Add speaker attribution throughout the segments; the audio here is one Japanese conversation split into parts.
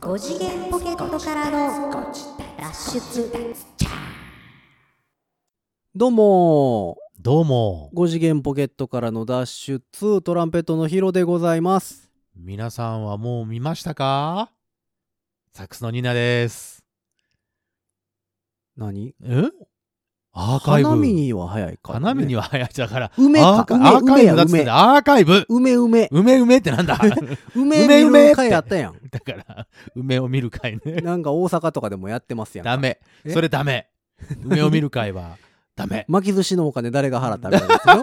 Speaker 1: 5次元ポケットからの脱出
Speaker 2: どうも
Speaker 3: どうも
Speaker 2: ー、5次元ポケットからの脱出、トランペットのヒロでございます。
Speaker 3: 皆さんはもう見ましたかサックスのニーナです。
Speaker 2: 何
Speaker 3: えアーカイブ。
Speaker 2: 花見には早いから、ね。
Speaker 3: 花見には早いだから。
Speaker 2: 梅か
Speaker 3: アーカアーカイ
Speaker 2: 梅梅や
Speaker 3: ブだっつって
Speaker 2: 梅
Speaker 3: たアーカ イブ
Speaker 2: 梅梅。
Speaker 3: 梅梅ってなんだ
Speaker 2: 梅
Speaker 3: 梅
Speaker 2: 梅
Speaker 3: 梅
Speaker 2: 梅
Speaker 3: って
Speaker 2: 回やったやん。
Speaker 3: だから、梅を見る会ね。
Speaker 2: なんか大阪とかでもやってますやん。
Speaker 3: ダメ。
Speaker 2: え。
Speaker 3: それダメ。梅を見る会はダメ
Speaker 2: 巻き寿司のお金誰が払ったみたいですよ。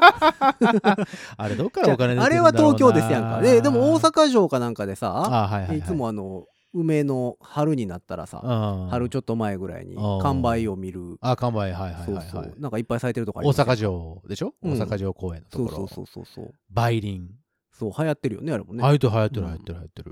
Speaker 3: あれどっ からお金出てるんだろうな
Speaker 2: あれは東京ですやんか。で、でも大阪城かなんかでさ、
Speaker 3: あはいはいはい
Speaker 2: つもあの、梅の春になったらさ、春
Speaker 3: 春
Speaker 2: ちょっと前ぐらいに
Speaker 3: うん
Speaker 2: 完売を見る。
Speaker 3: あ、看板はいはいは
Speaker 2: そ
Speaker 3: いうはい
Speaker 2: そ
Speaker 3: は
Speaker 2: う
Speaker 3: い。。
Speaker 2: なんかいっぱい咲いてるとかあり
Speaker 3: 大
Speaker 2: ますよ
Speaker 3: 阪城でしょ
Speaker 2: う
Speaker 3: 大
Speaker 2: ん
Speaker 3: 阪城公園のと
Speaker 2: そう
Speaker 3: こ
Speaker 2: そう
Speaker 3: ろ。
Speaker 2: そうそうそう。
Speaker 3: 梅林。
Speaker 2: そう、流行ってるよね、あれもね。
Speaker 3: 流行ってる流行ってる流行ってる流行ってる。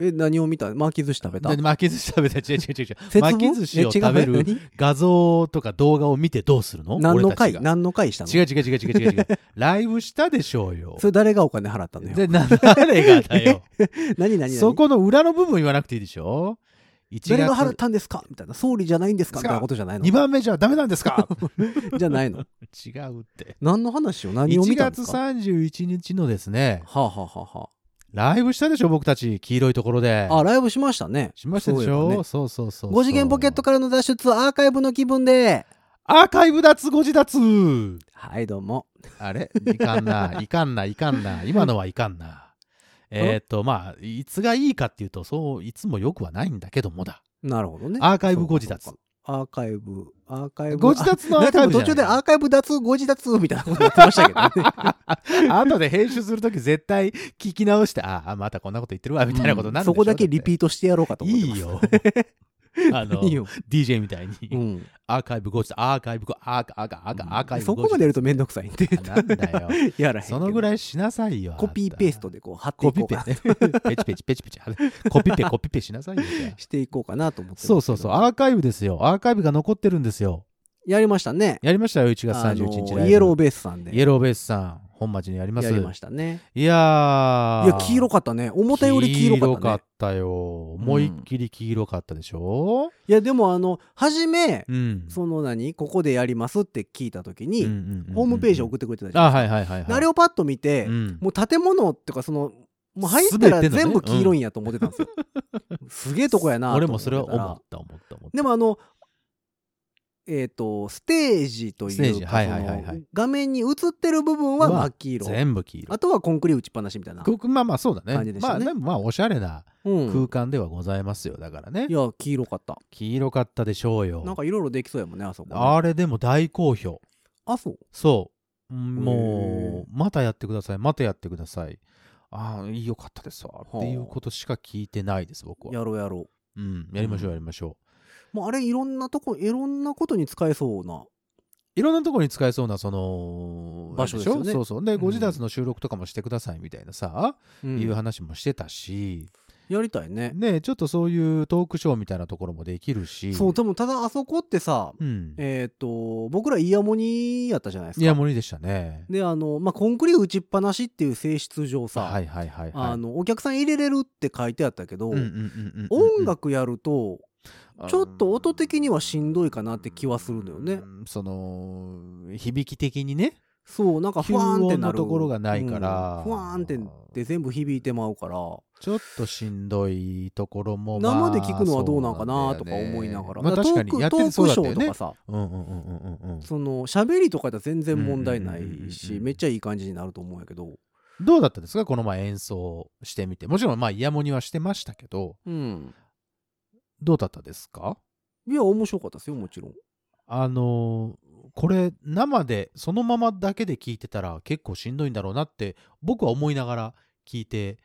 Speaker 2: え、何を見た巻き寿司食べた
Speaker 3: で巻き寿司食べた違う 違う違う違
Speaker 2: 節
Speaker 3: う
Speaker 2: 分
Speaker 3: 巻き寿司
Speaker 2: え違
Speaker 3: を
Speaker 2: う
Speaker 3: 食べる
Speaker 2: 何
Speaker 3: 画像とか動画を見てどうするの
Speaker 2: 何の
Speaker 3: 俺
Speaker 2: 回
Speaker 3: たちが
Speaker 2: 何の回したの
Speaker 3: 違う違う違う違う違う違うライブしたでしょうよ
Speaker 2: それ誰がお金払ったのよ。
Speaker 3: でな誰がだよ
Speaker 2: 何 何何
Speaker 3: そこの裏の部分言わなくていいでしょ1
Speaker 2: 誰が払っ
Speaker 3: 月
Speaker 2: たんですかみたいな。総理じゃないんですかみたいなことじゃないの
Speaker 3: 2番目じゃダメなんで すか
Speaker 2: じゃないの。
Speaker 3: 違うって
Speaker 2: 何の話を何を
Speaker 3: 1
Speaker 2: 見たんで
Speaker 3: 月
Speaker 2: すかは
Speaker 3: 31日のですね
Speaker 2: あ、はあはあは
Speaker 3: ライブしたでしょ僕たち黄色いところで
Speaker 2: あ、あ、ライブしましたね。
Speaker 3: しましたでし
Speaker 2: そういえば
Speaker 3: ょ
Speaker 2: ね
Speaker 3: そうそうそうそう
Speaker 2: 五次元ポケットからの脱出アーカイブの気分で。
Speaker 3: アーカイブ脱5次脱
Speaker 2: はい、どうも。
Speaker 3: あれいかんな、いかんな、いかんな、今のはいか んな。えーっと、まあ、いつがいいかっていうと、そう、いつもよくはないんだけどもだ。
Speaker 2: なるほどね。
Speaker 3: アーカイブご自
Speaker 2: そうか。
Speaker 3: 立
Speaker 2: そうか。アーカイブ、アーカイブ。
Speaker 3: ご自立のアーカイブじ
Speaker 2: 途
Speaker 3: ゃ
Speaker 2: 中でア
Speaker 3: ない。
Speaker 2: ーカイブ脱、ご自立みたいなこと言ってましたけどね。
Speaker 3: あとで編集するとき絶対聞き直して、ああ、またこんなこと言ってる わ、みたいなことになるんでし
Speaker 2: そ
Speaker 3: ょ
Speaker 2: こだけリピ
Speaker 3: ー
Speaker 2: ートしてやろうかと思って
Speaker 3: い
Speaker 2: ま
Speaker 3: い
Speaker 2: す。
Speaker 3: よ。 あの、
Speaker 2: いいよ。
Speaker 3: DJ みたいに、
Speaker 2: うん。
Speaker 3: アーカイブご自立、アーカイブご、アーカ、アーカ、アーカ、アーカイブ
Speaker 2: そ
Speaker 3: ご
Speaker 2: こまでやる
Speaker 3: 自
Speaker 2: とめんどくさいんで。
Speaker 3: 立。なんだよ。
Speaker 2: やらへんけど。
Speaker 3: そのぐらいしなさいよ。
Speaker 2: コピーペースト
Speaker 3: で。
Speaker 2: でこう貼って
Speaker 3: コ
Speaker 2: い
Speaker 3: ピ
Speaker 2: こう
Speaker 3: ペ
Speaker 2: かな
Speaker 3: ね。ペチペチペチペチ。コピペ、コピペしなさいよ。じゃあ
Speaker 2: していこうかなと思ってますけ
Speaker 3: そ
Speaker 2: ど
Speaker 3: うそうそう、アーカイブですよ。アーカイブが残ってるんですよ。
Speaker 2: やりましたね
Speaker 3: やりましたよ、1月
Speaker 2: あの
Speaker 3: 31日ライブ。
Speaker 2: イエローベースさんで
Speaker 3: イエローベースさん、本町にやります。
Speaker 2: やりましたね
Speaker 3: いやー。
Speaker 2: いや黄色かったね思ったより黄色かったね
Speaker 3: たよ。思いっきり黄色かったでしょ
Speaker 2: いやでもあの初め
Speaker 3: うん。
Speaker 2: その何ここでやりますって聞いた時
Speaker 3: うん
Speaker 2: に、
Speaker 3: うんうんうん
Speaker 2: ホームページ送ってくれてたじゃ
Speaker 3: あ、
Speaker 2: ん、
Speaker 3: はいはいはい、はい。
Speaker 2: あれをパッと見て、
Speaker 3: うん
Speaker 2: もう建物っていうかそのもう入ったら
Speaker 3: 全てのね
Speaker 2: 全部黄色いんやと思ってたんですよ、すげえとこやなと思
Speaker 3: 俺
Speaker 2: ってたら
Speaker 3: もそれは思った、思った、思った。
Speaker 2: でもあのえっ、とステージとい
Speaker 3: ステー
Speaker 2: う
Speaker 3: ジ
Speaker 2: か
Speaker 3: はいはいはいはい
Speaker 2: その画面に映ってる部分は
Speaker 3: うわ
Speaker 2: 真っ黄色
Speaker 3: 全部黄色。
Speaker 2: あとはコンクリ打ちっぱなしみたいな、
Speaker 3: ごくまあまあそうだね。
Speaker 2: 感じでし
Speaker 3: ま
Speaker 2: た
Speaker 3: あ
Speaker 2: ね
Speaker 3: でもまあおしゃれな
Speaker 2: うん、
Speaker 3: 空間ではございますよ。だからね
Speaker 2: い。や黄色かった
Speaker 3: 黄色かったでしょうよ。
Speaker 2: なんかいろいろできそうやもんねあそこね、
Speaker 3: あれでも大好評。
Speaker 2: あそう
Speaker 3: そう。
Speaker 2: へー
Speaker 3: もう、またやってください、またやってください。ああ、よかったですわ。
Speaker 2: あ
Speaker 3: っていうことしか聞いてないです、僕
Speaker 2: や
Speaker 3: は。
Speaker 2: ろうやろ
Speaker 3: うん、やりましょう、やりましょう。
Speaker 2: うもうあれいろんなとこいろんなことに使えそうない
Speaker 3: ろんなところに使えそうな、その、
Speaker 2: 場所ですよね
Speaker 3: あれしょそうそう。で、
Speaker 2: ん
Speaker 3: ご自宅の収録とかもしてくださいみたいなさ、
Speaker 2: うん
Speaker 3: いう話もしてたし、
Speaker 2: やりたいね
Speaker 3: ね、ちょっとそういうトークショーみたいなところもできるし、
Speaker 2: そうでもただあそこってさ、
Speaker 3: うん。
Speaker 2: えっ、と僕らイヤモニやったじゃないです
Speaker 3: い
Speaker 2: か
Speaker 3: や、森でしたね。
Speaker 2: であの、まあ、コンクリ打ちっぱなしっていう性質上さ、
Speaker 3: はいはいはいはい。
Speaker 2: あのお客さん入れれるって書いてあったけど、
Speaker 3: うんうんうんうんうん
Speaker 2: 音楽やるとちょっと音的にはしんどいかなって気はするのよね
Speaker 3: うんその響き的にね
Speaker 2: そうなんかふわーんってな
Speaker 3: 吸音の
Speaker 2: る
Speaker 3: ところがないから
Speaker 2: うんふわーんってで全部響いてまうから
Speaker 3: ちょっとしんどいところもまあ
Speaker 2: 生で聞くのはどうなんかなとか思いながら、
Speaker 3: まあ、
Speaker 2: だら
Speaker 3: 確かにやって
Speaker 2: トー
Speaker 3: て
Speaker 2: ク
Speaker 3: そ
Speaker 2: ト
Speaker 3: う
Speaker 2: ークショー
Speaker 3: だったよ
Speaker 2: と
Speaker 3: ね
Speaker 2: かさ
Speaker 3: うんうんうんうんうんうん
Speaker 2: その喋りとかだったら全然問題な
Speaker 3: うんうんうん
Speaker 2: い
Speaker 3: うん
Speaker 2: し
Speaker 3: うん
Speaker 2: めっちゃいい感じになると思うんやけど
Speaker 3: どうだったですかこの前演奏してみてもちろんまあイヤモニはしてましたけど
Speaker 2: うん
Speaker 3: どうだったですか
Speaker 2: いや面白かったですよもちろん
Speaker 3: あのーこれ生でそのままだけで聞いてたら結構しんどいんだろうなって僕は思いながら聞いて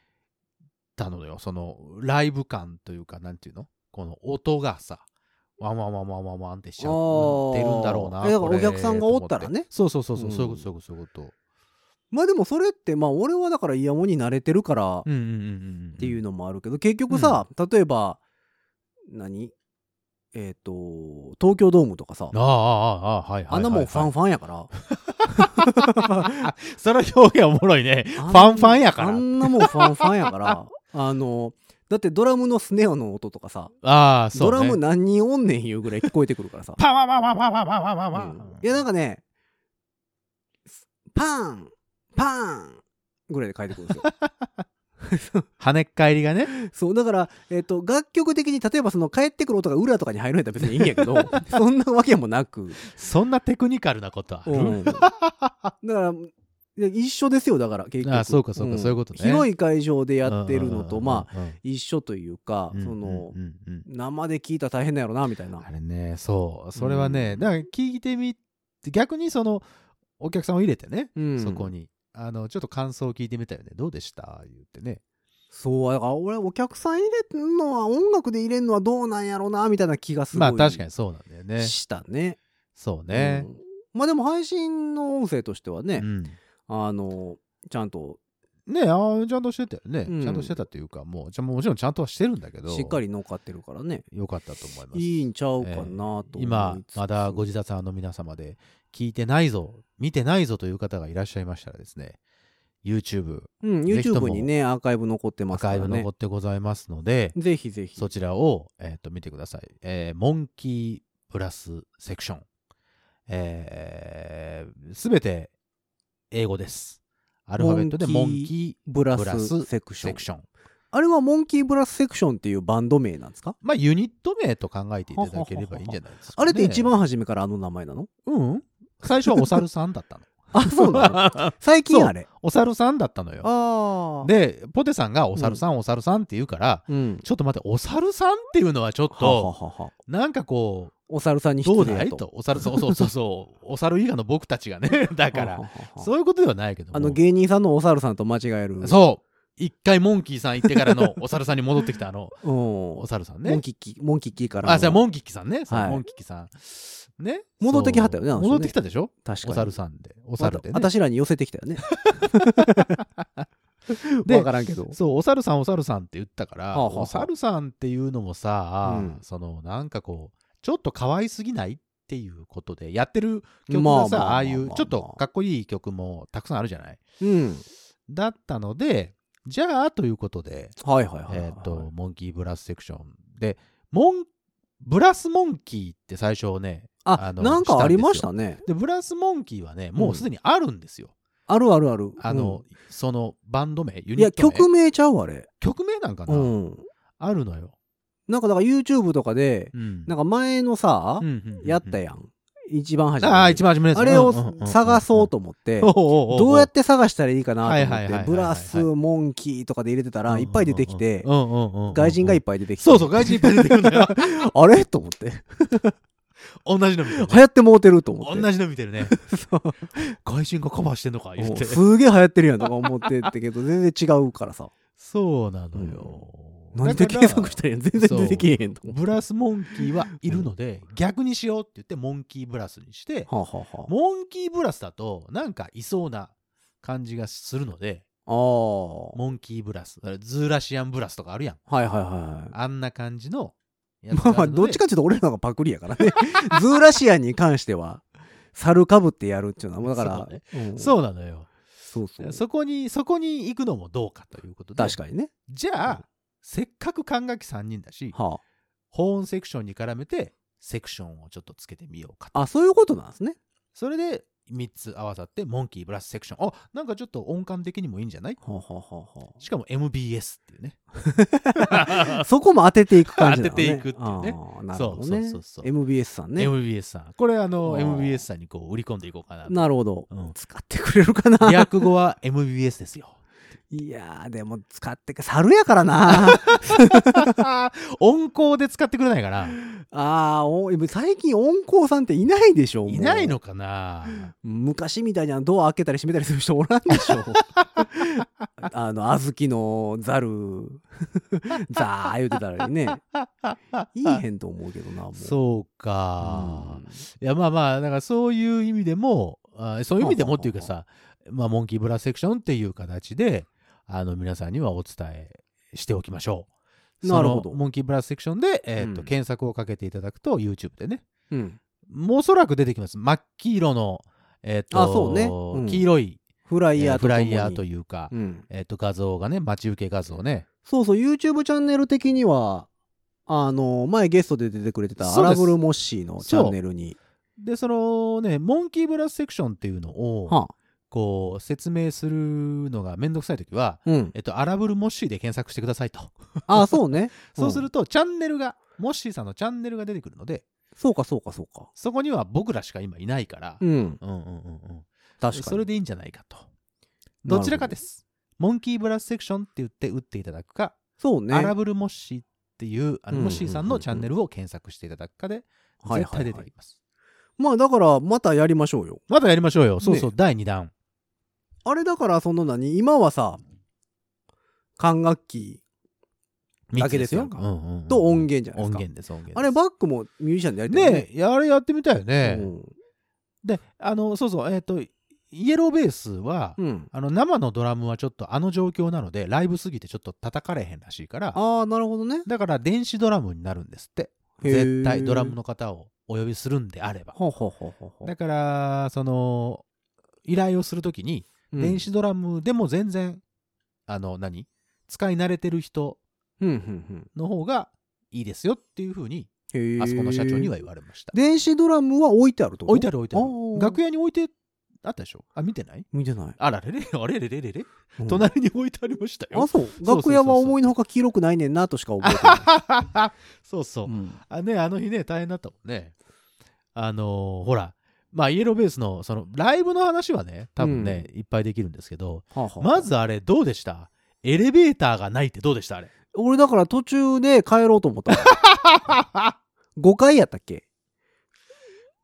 Speaker 3: たのよそのライブ感というかなんていうのこの音がさワンワンワンワンワンワンってしちゃ
Speaker 2: あー
Speaker 3: ってるんだろうな
Speaker 2: えだから
Speaker 3: これ
Speaker 2: お客さんがおったらね
Speaker 3: と思ってそうそうそうそう、
Speaker 2: うん
Speaker 3: そういうことそういうことそういうこと
Speaker 2: まあでもそれってまあ俺はだからイヤモニ慣れてるからっ
Speaker 3: うんうんうんうんん
Speaker 2: ていうのもあるけど結局さ例えば何えっと東京ドームとかさ
Speaker 3: ああああああはいはいはいはい
Speaker 2: あんなもんファンファンやから
Speaker 3: その表現おもろいねファンファンやか ら
Speaker 2: あんなもんファンファンやからあのだってドラムのスネアの音とかさ、
Speaker 3: ああ、
Speaker 2: ド
Speaker 3: そう、ね。、
Speaker 2: ラム何人おんねんいうぐらい聞こえてくるからさ
Speaker 3: パワーパワーパワーパワーパ
Speaker 2: う
Speaker 3: ワーパ
Speaker 2: ん
Speaker 3: ワー。
Speaker 2: いやなんかねパーンパーンぐらいで書いてくるんですよ
Speaker 3: 跳ねっ返りがね。
Speaker 2: そう、だから、えっ、と、楽曲的に、例えばその帰ってくる音が裏とかに入るんやったら別にいいんや けど、そんなわけもなく。
Speaker 3: そんなテクニカルなことある、
Speaker 2: うんだから、いや一緒ですよ、だから、結局。
Speaker 3: ああそうかそうかそういうことね
Speaker 2: 広い会場でやってるのと、まあ、
Speaker 3: あ、
Speaker 2: 一緒というか、
Speaker 3: うん
Speaker 2: その
Speaker 3: う、んうん
Speaker 2: 生で聞いたら大変だやろな、みたいな
Speaker 3: あ。れね、そう、それはね、
Speaker 2: うん
Speaker 3: だから聞いてみ、逆にその、お客さんを入れてね、
Speaker 2: うん
Speaker 3: そこに。あのちょっと感想を聞いてみたよねどうでした言ってね
Speaker 2: そう、だから俺、お客さん入れんのは、音楽で入れんのはどうなんやろな、みたいな気がすごい
Speaker 3: まあ確かにそうなんだよね
Speaker 2: したね。
Speaker 3: そうね
Speaker 2: うんまあでも、配信の音声としては
Speaker 3: う
Speaker 2: ね、
Speaker 3: ん
Speaker 2: あの、ちゃんと
Speaker 3: ねあーちゃんとしてたよね、
Speaker 2: うん
Speaker 3: ちゃんとしてたっていうかもうちゃもちろんちゃんとはしてるんだけど
Speaker 2: しっかり乗っかってるからね
Speaker 3: 良かったと思います
Speaker 2: いいんちゃうかなと思いつつ、
Speaker 3: 今まだご自宅の皆様で聞いてないぞ見てないぞという方がいらっしゃいましたらですね YouTube
Speaker 2: うん、
Speaker 3: ぜひとも
Speaker 2: YouTube にねアーカイブ残ってま
Speaker 3: アー
Speaker 2: すか
Speaker 3: カイ
Speaker 2: ら
Speaker 3: ブ
Speaker 2: ね
Speaker 3: 残ってございますので
Speaker 2: ぜひぜひ
Speaker 3: そちらを、えー、と見てください、えーモンキープラスセクションえーすべ、て英語ですアルファベットでモ
Speaker 2: モ
Speaker 3: ン
Speaker 2: ン
Speaker 3: キ
Speaker 2: キ
Speaker 3: ー
Speaker 2: ブラ
Speaker 3: ブラス
Speaker 2: スセクショ
Speaker 3: セ
Speaker 2: ン
Speaker 3: クション
Speaker 2: あれはモンキーブラスセクションっていうバンド名なんですか
Speaker 3: まあユニット名と考えていただければいいんじゃないですか、
Speaker 2: あれって一番初めからあの名前なの
Speaker 3: うん最初はお猿さんだったの
Speaker 2: あそうな の 最近あれ
Speaker 3: お猿さんだったのよ
Speaker 2: ああ
Speaker 3: でポテさんが「お猿さん、お猿さん」って言うから
Speaker 2: うん
Speaker 3: ちょっと待ってお猿さんっていうのはちょっ
Speaker 2: はは
Speaker 3: と
Speaker 2: はは
Speaker 3: なんかこ
Speaker 2: お猿さん
Speaker 3: う
Speaker 2: に
Speaker 3: ど
Speaker 2: 失
Speaker 3: う
Speaker 2: 礼
Speaker 3: だ
Speaker 2: や
Speaker 3: いとお猿そうそうそうそ うお猿以外の僕たちがねだか
Speaker 2: は
Speaker 3: ら
Speaker 2: ははは
Speaker 3: そういうことではないけども
Speaker 2: あの芸人さんのお猿さんと間違える
Speaker 3: そう一回モンキーさん行ってか らのお猿さんに戻ってきたあの
Speaker 2: うん
Speaker 3: お猿さん
Speaker 2: モ
Speaker 3: ね
Speaker 2: ンキッキーモンキッキーからの
Speaker 3: あじゃあモンキーさんねそう
Speaker 2: はい
Speaker 3: モンキーさんね
Speaker 2: 戻ってきはったよね
Speaker 3: そ
Speaker 2: あ
Speaker 3: う
Speaker 2: の人ね
Speaker 3: 戻ってきたでしょ
Speaker 2: 確かに
Speaker 3: お猿さんでお猿でね
Speaker 2: また私らに寄せてきた よね。
Speaker 3: で
Speaker 2: わからんけど。
Speaker 3: そう、お猿さん、お猿さんって言ったから、
Speaker 2: あはあはあ
Speaker 3: お猿さんっていうのもさ、
Speaker 2: うん
Speaker 3: そのなんかこう、ちょっと可愛すぎないっていうことで、やってる曲がさ、
Speaker 2: まあまあまあまあ
Speaker 3: ああいう、ちょっとかっこいい曲もたくさんあるじゃない。
Speaker 2: うん。
Speaker 3: だったので、じゃあということで、
Speaker 2: はいはいはいはいはい。
Speaker 3: えっ、と、モンキーブラスセクションで、モン、ブラスモンキーって最初ね、
Speaker 2: あ
Speaker 3: あの
Speaker 2: なんかありましたね。
Speaker 3: で、ブラスモンキーはね、もうすでにあるんですよ。
Speaker 2: あるあるある。
Speaker 3: あの、そのバンド名、
Speaker 2: う
Speaker 3: ユ
Speaker 2: ん、
Speaker 3: ニ
Speaker 2: いや、
Speaker 3: ット名。
Speaker 2: 曲名ちゃうあれ。
Speaker 3: 曲名なんかな、
Speaker 2: うん。
Speaker 3: あるのよ。
Speaker 2: なんかだから YouTube とかで、
Speaker 3: うん
Speaker 2: なんか前のさ、やった
Speaker 3: よ
Speaker 2: やん。一番初めに
Speaker 3: ああ、一番初めです
Speaker 2: あれを探そうと思って、ど
Speaker 3: ど
Speaker 2: うやって探したらいいかなと思
Speaker 3: はいはいは
Speaker 2: っ
Speaker 3: いはいはい
Speaker 2: て、ブラス、モンキーとかで入れてたら、いっぱい出てきて、外
Speaker 3: 外
Speaker 2: 人がいっ
Speaker 3: ぱ
Speaker 2: ぱい出てきて。
Speaker 3: そうそう、外人いっぱい出てくるん だよ。
Speaker 2: あれと思って。
Speaker 3: 同じの見てる
Speaker 2: 流行ってもうてると思って。
Speaker 3: 同じの見てるね。
Speaker 2: そう
Speaker 3: 外人がカバーしてんの か言
Speaker 2: お
Speaker 3: って
Speaker 2: う。すげえ流行ってるやんとか思ってってけど全然違うから さ
Speaker 3: そうなのよ。
Speaker 2: 何で検索したらいいん全然出てけえへんと思
Speaker 3: ブラスモンキーはいるので、逆にしようって言って、モンキーブラスにして、
Speaker 2: はあ、はあは
Speaker 3: モンキーブラスだと、なんかいそうな感じがするので、
Speaker 2: あ、あ
Speaker 3: モンキーブラス、ズーラシアンブラスとかあるやん。
Speaker 2: あはいはいはい
Speaker 3: あんな感じのやつ
Speaker 2: まあま
Speaker 3: が
Speaker 2: あ
Speaker 3: るので
Speaker 2: どっちかっていうと俺らの方がパクリやからね ズーラシアンに関しては猿かぶってやるっていうのはもうだからん
Speaker 3: そうなのよ。
Speaker 2: そうそう
Speaker 3: そこに、そこに行くのもどうかということで。
Speaker 2: 確かにね
Speaker 3: じゃあ、せっかく管楽器3人だし、
Speaker 2: は
Speaker 3: 保温セクションに絡めて、セクションをちょっとつけてみようかと。
Speaker 2: ああそういうことなんですね
Speaker 3: それで、3つ合わさって、モンキー、ブラスセクション。あ、なんかちょっと音感的にもいいんじゃない
Speaker 2: はあ、はあはあは
Speaker 3: しかも MBS っていうね。
Speaker 2: あ、そこも当てていく感じなの、ね、
Speaker 3: 当てていくっていうね
Speaker 2: ああなるほどね
Speaker 3: そうそうそうそう
Speaker 2: MBS さん ね、
Speaker 3: MBS さん。これ、あの、
Speaker 2: あー
Speaker 3: MBS さんにこう、売り込んでいこうかなと。
Speaker 2: なるほど、
Speaker 3: うん
Speaker 2: 使ってくれるかな
Speaker 3: 略語は MBS ですよ。
Speaker 2: いやーでも使ってか猿やから な
Speaker 3: 音高で使ってくれないかな。
Speaker 2: あーお最近音工さんっていないでしょもう
Speaker 3: いないのかな
Speaker 2: 昔みたいにあのドア開けたり閉めたりする人おらんでし ょあの小豆のザル ザー言うてたらねいいへんと思うけどなもう
Speaker 3: そうか。いやまあまあだからそういう意味でもあそういう意味でもっていうかさまあモンキーブラスセクションっていう形であの皆さんにはお伝えしておきましょう。
Speaker 2: なるほど
Speaker 3: そのモンキーブラスセクションで、えーっと
Speaker 2: うん
Speaker 3: 検索をかけていただくと YouTube でね
Speaker 2: うん、うん
Speaker 3: もうおそらく出てきます真っ黄色の、えーっと
Speaker 2: あそうねうん
Speaker 3: 黄色い、
Speaker 2: フラ
Speaker 3: えー
Speaker 2: イヤーと
Speaker 3: フ
Speaker 2: と
Speaker 3: ラ
Speaker 2: も
Speaker 3: イ
Speaker 2: に
Speaker 3: ヤーと
Speaker 2: う、
Speaker 3: いうか、
Speaker 2: ん、
Speaker 3: えーっと画像がね待ち受け画像ね
Speaker 2: そうそう YouTube チャンネル的にはあの前ゲストで出てくれてた
Speaker 3: そ
Speaker 2: ア
Speaker 3: うです
Speaker 2: ラブルモッシーのチャンネルに
Speaker 3: でそのねモンキーブラスセクションっていうのを、
Speaker 2: はあ
Speaker 3: こう説明するのがめんどくさい時は、
Speaker 2: うん
Speaker 3: えっと、アラブルモッシーで検索してくださいと
Speaker 2: あそうね
Speaker 3: そうす
Speaker 2: ん
Speaker 3: ると、チャンネルがモッシーさんのチャンネルが出てくるので
Speaker 2: そうかそうかそうか
Speaker 3: そこには僕らしか今いないから、
Speaker 2: うん
Speaker 3: うん、うんうんうん
Speaker 2: 確かに
Speaker 3: それでいいんじゃないかとどちらかですすモンキーブラスセクションって言って打っていただくか
Speaker 2: そうね
Speaker 3: アラブルモッシーっていうあの
Speaker 2: うん
Speaker 3: モッシーさんのチャンネルを検索していただくかで絶対出て
Speaker 2: はいはいは
Speaker 3: き
Speaker 2: い
Speaker 3: ます、
Speaker 2: まあだからまたやりましょうよ
Speaker 3: まだやりましょうよそうそう、第2弾
Speaker 2: あれだからその何今はさ管楽器だけですよ
Speaker 3: 三つやんかうんうんうん
Speaker 2: と音源じゃないです
Speaker 3: 音
Speaker 2: か
Speaker 3: 源です音源
Speaker 2: あれバックもミュージシャンでやりたいよ
Speaker 3: ねえあれやってみたいよね、
Speaker 2: うん
Speaker 3: であのそうそうえっ、とイエローベースは、
Speaker 2: うん
Speaker 3: あの生のドラムはちょっとあの状況なのでライブすぎてちょっと叩かれへんらしいから
Speaker 2: ああなるほどね
Speaker 3: だから電子ドラムになるんですって
Speaker 2: へー
Speaker 3: 絶対ドラムの方をお呼びするんであれば
Speaker 2: ほうほうほうほうほう
Speaker 3: だからその依頼をするときに
Speaker 2: うん
Speaker 3: 電子ドラムでも全然、あの何使い慣れてる人
Speaker 2: うんうん
Speaker 3: の方がいいですよっていうふう
Speaker 2: うん
Speaker 3: に
Speaker 2: へー
Speaker 3: あそこの社長には言われました
Speaker 2: 電子ドラムは置いてあるってこと
Speaker 3: 置いてある置いてあ
Speaker 2: あー
Speaker 3: る楽屋に置いてあったでしょあ見てない
Speaker 2: 見てない、
Speaker 3: あられれあれれれれれ、
Speaker 2: うん
Speaker 3: 隣に置いてありました
Speaker 2: あ
Speaker 3: よ
Speaker 2: そう
Speaker 3: そう
Speaker 2: 楽屋は思いのほか黄色くないねんなとしか覚えて
Speaker 3: そう そう、
Speaker 2: ない、
Speaker 3: あねあの日ね大変だったもんねあのーほらまあイエローベースのそのライブの話はね多分ね、いっぱいできるんですけど
Speaker 2: はあはあ
Speaker 3: まずあれどうでしたエレベーターがないってどうでしたあれ
Speaker 2: 俺だから途中で帰ろうと思った 5階やったっけ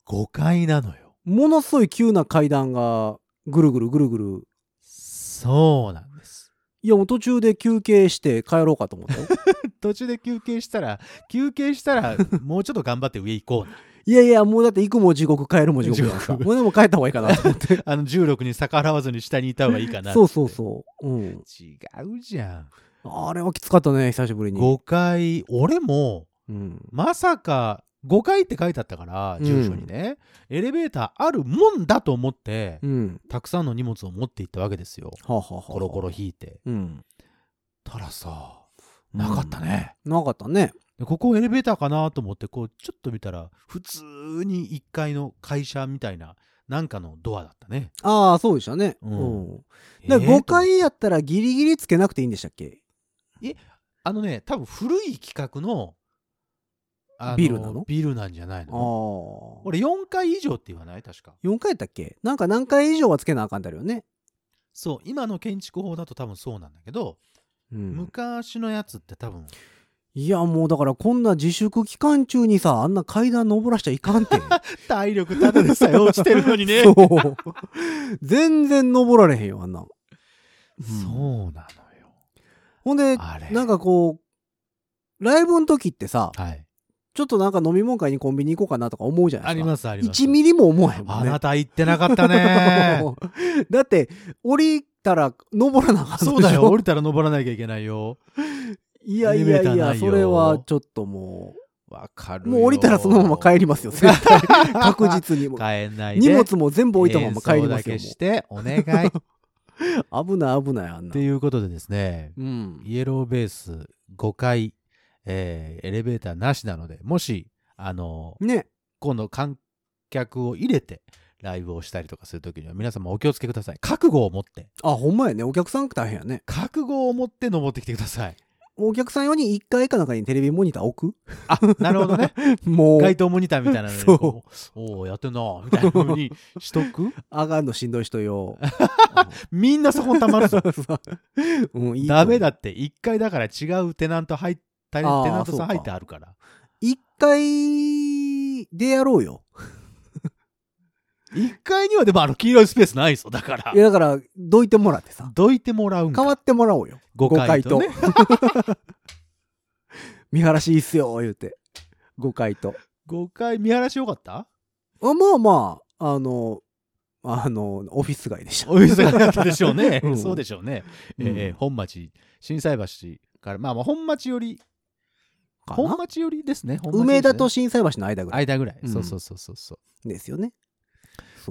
Speaker 3: 誤解なのよ
Speaker 2: ものすごい急な階段がぐるぐるぐるぐる
Speaker 3: そうなんです
Speaker 2: いやもう途中で休憩して帰ろうかと思 ったよ
Speaker 3: 途中で休憩したら休憩し たらもうちょっと頑張って上行こうない
Speaker 2: やいやもうだって行くも地獄帰るも地獄じゃないですか
Speaker 3: 地獄
Speaker 2: もうでも帰った方がいいかなと思って
Speaker 3: あの重力に逆らわずに下にいた方がいいか な
Speaker 2: そうそうそう、うん、
Speaker 3: 違うじゃん
Speaker 2: あれはきつかったね久しぶりに、
Speaker 3: 誤解俺も
Speaker 2: うん、
Speaker 3: まさか5階って書いてあったから
Speaker 2: うん
Speaker 3: 住所にね、エレベーターあるもんだと思って、
Speaker 2: うん
Speaker 3: たくさんの荷物を持って行ったわけですよ
Speaker 2: はあ、はあはあ、
Speaker 3: コロコロ引いて
Speaker 2: うん
Speaker 3: たらさなかったね、
Speaker 2: なかったね
Speaker 3: でここエレベーターかなと思ってこうちょっと見たら普通に1階の会社みたいななんかのドアだったね
Speaker 2: ああそうでしたねう、
Speaker 3: うんん
Speaker 2: だから
Speaker 3: えー
Speaker 2: 5階やったらギリギリつけなくていいんでしたっけ
Speaker 3: あのね多分古い企画のあ
Speaker 2: ビルなの
Speaker 3: ビルなんじゃない
Speaker 2: ああ
Speaker 3: の俺4階以上って言わない確か
Speaker 2: 4階やったっけなんか何階以上はつけなあかんだよね、
Speaker 3: そう今の建築法だと多分そうなんだけど、
Speaker 2: うん、
Speaker 3: 昔のやつって多分
Speaker 2: いやもうだからこんな自粛期間中にさあんな階段登らしちゃいかんって
Speaker 3: 体力ただで さえ落ちてるのに ね
Speaker 2: そ
Speaker 3: そう
Speaker 2: う全然登られへんよあんなん、うん
Speaker 3: なのよ
Speaker 2: ほんで
Speaker 3: あれ
Speaker 2: なんかこうライブの時ってさ
Speaker 3: はい
Speaker 2: ちょっとなんか飲み物買いにコンビニ行こうかなとか思うじゃな
Speaker 3: あ
Speaker 2: いで
Speaker 3: り
Speaker 2: すか
Speaker 3: ますあります
Speaker 2: 1ミリも思わへんもん
Speaker 3: あ
Speaker 2: ね
Speaker 3: なた行ってなかった ね
Speaker 2: だって降りたら登らなあかったでしょ
Speaker 3: そうだよ降りたら登らなきゃいけないよ
Speaker 2: いやい
Speaker 3: エレ
Speaker 2: や
Speaker 3: ベータ
Speaker 2: い
Speaker 3: ー
Speaker 2: や
Speaker 3: ないよ
Speaker 2: それはちょっとも
Speaker 3: わかる
Speaker 2: う
Speaker 3: よ
Speaker 2: もう降りたらそのまま帰ります よ絶対確 実にもう
Speaker 3: 帰んないで
Speaker 2: 荷物も全部置いたまま帰りますよ
Speaker 3: 演奏だけしてお願 い
Speaker 2: も
Speaker 3: っ
Speaker 2: う危ない危ないあんな
Speaker 3: ていうことでですね
Speaker 2: うん
Speaker 3: イエローベース5階、えーエレベーターなしなのでもしあの
Speaker 2: ね
Speaker 3: 今度観客を入れてライブをしたりとかするときには皆様お気をつけください覚悟を持って
Speaker 2: あほんまやねお客さん大変やね
Speaker 3: 覚悟を持って登ってきてください
Speaker 2: お客さん用に1回かなんかにテレビモニター置く
Speaker 3: あなるほど ね
Speaker 2: もう
Speaker 3: 街頭モニターみたいなのにこうおおやってんなみたいなふうに しとく
Speaker 2: 上がんのしんどい人よ
Speaker 3: みんなそこにた まる ぞ
Speaker 2: うんいいと思う
Speaker 3: ダメだって1階だから違うテナント入ったテ
Speaker 2: あー
Speaker 3: ナント
Speaker 2: そう
Speaker 3: さ
Speaker 2: んか
Speaker 3: 入ってあるから
Speaker 2: 1回でやろうよ
Speaker 3: 1階にはでもあの黄色いスペースないぞだから
Speaker 2: いやだからどいてもらってさ
Speaker 3: どいてもらうん
Speaker 2: 変わ
Speaker 3: か
Speaker 2: ってもらおうよ
Speaker 3: 5階とね
Speaker 2: 見晴らしいいっすよ言うて5回と
Speaker 3: 5階見晴らしよかった
Speaker 2: あまあまああのあのオフィス街でした。
Speaker 3: お店があったでしょうね
Speaker 2: うん
Speaker 3: そうでしょうね。
Speaker 2: うん
Speaker 3: えー本町、心斎橋から、まあまあ本町より、
Speaker 2: か
Speaker 3: 本
Speaker 2: な
Speaker 3: 町よりですね。本町寄り
Speaker 2: 梅田と
Speaker 3: です
Speaker 2: 心斎橋の間ぐ
Speaker 3: ね
Speaker 2: らい
Speaker 3: 間ぐらい。
Speaker 2: うん
Speaker 3: そうそうそうそうそう。
Speaker 2: ですよね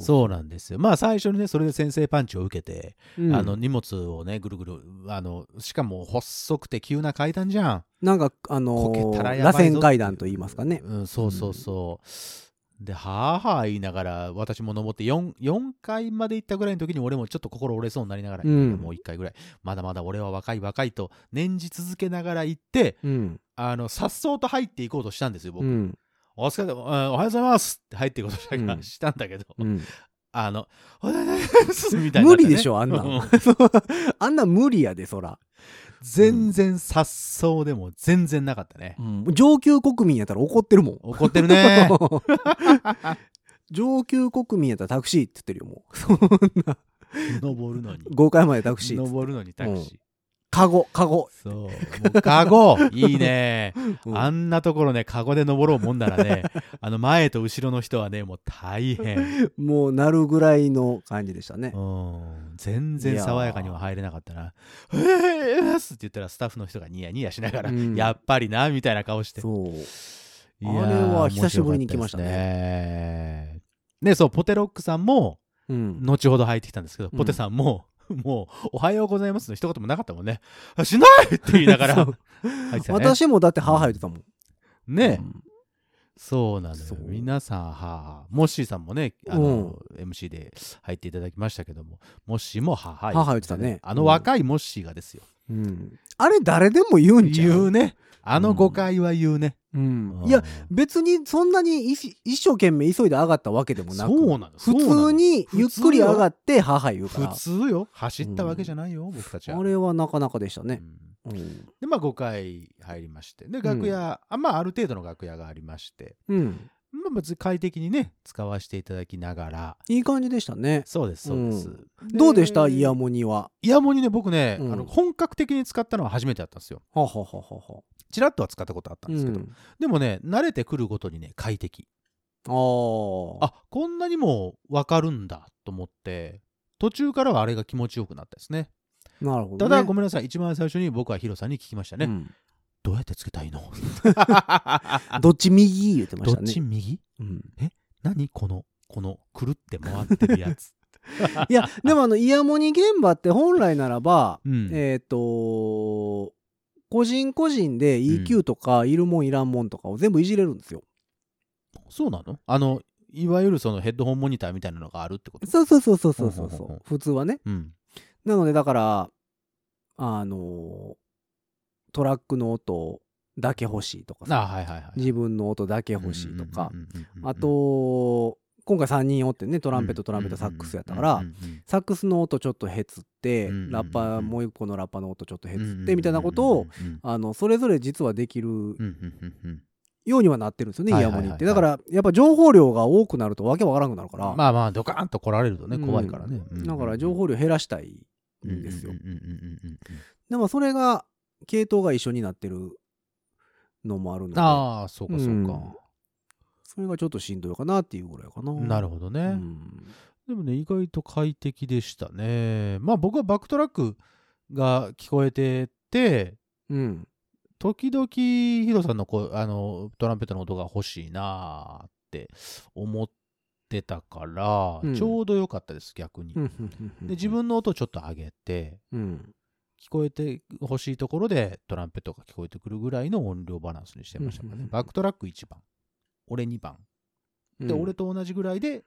Speaker 3: そうなんですよまあ最初にねそれで先生パンチを受けて、
Speaker 2: うん
Speaker 3: あの荷物をねぐるぐるあのしかも細くて急な階段じゃん
Speaker 2: なんかあの
Speaker 3: こけたらやばい
Speaker 2: 螺
Speaker 3: ぞっていう
Speaker 2: 旋階段と言いますかね
Speaker 3: うん、そうそうそう。で、はあはあ言いながら、私も登って4、4回まで行ったぐらいの時に、俺もちょっと心折れそうになりながら、
Speaker 2: うん
Speaker 3: いやもう1回ぐらい、まだまだ俺は若い若いと念じ続けながら行って、
Speaker 2: うん
Speaker 3: あの、さっそうと入っていこうとしたんです
Speaker 2: う
Speaker 3: よ、僕。
Speaker 2: ん
Speaker 3: お疲れ様、うんおはようございますって入っていこうとした,、
Speaker 2: うん
Speaker 3: したんだけど、
Speaker 2: うん
Speaker 3: あの、おはようございますみたいにな
Speaker 2: 無
Speaker 3: ってね
Speaker 2: 理でしょあんな
Speaker 3: うんん
Speaker 2: あんなん無理やでそら、
Speaker 3: 全然さっそうでも全然なかったね。
Speaker 2: 上級国民やったら怒ってるもん
Speaker 3: 怒って るね。
Speaker 2: 上級国民やったらタクシーって言ってるよも
Speaker 3: 登るのに
Speaker 2: う。5階までタクシーっつって
Speaker 3: 登るのにタクシー。
Speaker 2: カゴカゴ、
Speaker 3: そう。もう、カゴいいね。
Speaker 2: うん
Speaker 3: あんなところね、カゴで登ろうもんならね、あの、前と後ろの人はね、もう大変。
Speaker 2: もうなるぐらいの感じでしたね
Speaker 3: うん。全然爽やかには入れなかったな。えー、えーすって言ったらスタッフの人がニヤニヤしながら、
Speaker 2: うん
Speaker 3: やっぱりな、みたいな顔して。
Speaker 2: そう
Speaker 3: いやー
Speaker 2: あれは久しぶりに来ましたね
Speaker 3: 面白かったですね。ね、そう、ポテロックさんも、
Speaker 2: うん
Speaker 3: 後ほど入ってきたんですけど、
Speaker 2: うん
Speaker 3: ポテさんも、 もう、おはようございますの一言もなかったもんね。あしないって言いなが
Speaker 2: そ
Speaker 3: ら
Speaker 2: う、
Speaker 3: 入ってたね。
Speaker 2: 私もだって歯生えてたもん
Speaker 3: ね、
Speaker 2: うん
Speaker 3: そうなのよ
Speaker 2: そう
Speaker 3: 皆さんはあモッシーさんもねあの、MC で入っていただきましたけどもモッシーもはあはあ
Speaker 2: はあはあ言ってたね
Speaker 3: あの若いモッシーがですよ、
Speaker 2: うんあれ誰でも言うんちゃ
Speaker 3: 言
Speaker 2: う
Speaker 3: うねあ
Speaker 2: う
Speaker 3: の
Speaker 2: ん
Speaker 3: 誤解は言うね、
Speaker 2: うん
Speaker 3: うん
Speaker 2: いや別にそんなに一一生懸命急いで上がったわけでもなく
Speaker 3: そうなの
Speaker 2: 普通にゆっくり上がって母言うか
Speaker 3: 普
Speaker 2: ら
Speaker 3: 通よ走ったわけじゃないよ、僕たちは
Speaker 2: あれはなかなかでした
Speaker 3: う
Speaker 2: ね、
Speaker 3: ん
Speaker 2: うん
Speaker 3: でまあ5回入りましてで楽屋、あまあある程度の楽屋がありまして
Speaker 2: うん、
Speaker 3: まあ別に快適にね使わせていただきながら
Speaker 2: いい感じでしたね
Speaker 3: そうですそうです、
Speaker 2: うどうでしたイヤ
Speaker 3: モン
Speaker 2: モニは
Speaker 3: イヤモニね僕ね、
Speaker 2: うん
Speaker 3: あの本格的に使ったのは初めてだったんですよ
Speaker 2: ははははは
Speaker 3: チラッとは使ったことあったん
Speaker 2: う
Speaker 3: ですけど、
Speaker 2: ん、
Speaker 3: でもね慣れてくるごとにね快適
Speaker 2: あー
Speaker 3: あこんなにも分かるんだと思って途中からはあれが気持ちよくなったですね
Speaker 2: なるほど、ね、
Speaker 3: ただごめんなさい一番最初に僕はヒロさんに聞きましたね、
Speaker 2: うん
Speaker 3: どうやってつけたいの
Speaker 2: どっち右言ってま
Speaker 3: ど
Speaker 2: した
Speaker 3: っ
Speaker 2: ね
Speaker 3: ち右
Speaker 2: うん
Speaker 3: 何このこのくるって回ってるや つ
Speaker 2: いやでもあのイヤモニ現場って本来ならば、
Speaker 3: うん、
Speaker 2: えっ、と個人個人で EQ とかいるもんいらんもんとかを全部いじれるんですよ。
Speaker 3: そうなのあのいわゆるそのヘッドホンモニターみたいなのがあるってこと
Speaker 2: そうそうそうそうそうそう
Speaker 3: ほうほうほうほう
Speaker 2: 普通はね。
Speaker 3: うん
Speaker 2: なのでだからあのトラックの音だけ欲しいとか
Speaker 3: あ
Speaker 2: さ
Speaker 3: はいはいはい
Speaker 2: 自分の音だけ欲しいとか
Speaker 3: うんうんうんうんうん
Speaker 2: あと今回3人おってねトランペットトランペットサックスやったから。サックスの音ちょっとへつって、
Speaker 3: うんうんうん
Speaker 2: ラッパーもう一個のラッパーの音ちょっとへつってみたいなことを、あのそれぞれ実はできるようにはなってるんですよね、
Speaker 3: はい
Speaker 2: イ
Speaker 3: は
Speaker 2: ヤ
Speaker 3: いはい
Speaker 2: モニ
Speaker 3: はい
Speaker 2: ってだからやっぱ情報量が多くなるとわけわからなくなるから、
Speaker 3: まあまあドカーンと来られるとね
Speaker 2: うん
Speaker 3: 怖いからね、
Speaker 2: だから情報量減らしたいんですよ、
Speaker 3: うんうんうんうんうん
Speaker 2: でもそれが系統が一緒になってるのもあるので
Speaker 3: ああそうかそう
Speaker 2: うん
Speaker 3: か、
Speaker 2: それがちょっとしんどいかなっていうぐらいかな
Speaker 3: なるほどね、
Speaker 2: うん
Speaker 3: でもね意外と快適でしたねまあ僕はバックトラックが聞こえてて
Speaker 2: うん
Speaker 3: 時々ヒロさんのこあのトランペットの音が欲しいなーって思ってたから、
Speaker 2: うん
Speaker 3: ちょうど良かったです逆に、
Speaker 2: うん
Speaker 3: で自、分の音をちょっと上げて
Speaker 2: うん
Speaker 3: 聞こえてほしいところでトランペットが聞こえてくるぐらいの音量バランスにしてましたから
Speaker 2: うんうん
Speaker 3: ね
Speaker 2: うん。
Speaker 3: バックトラック1番、俺2番、
Speaker 2: うん、
Speaker 3: で、俺と同じぐらいで、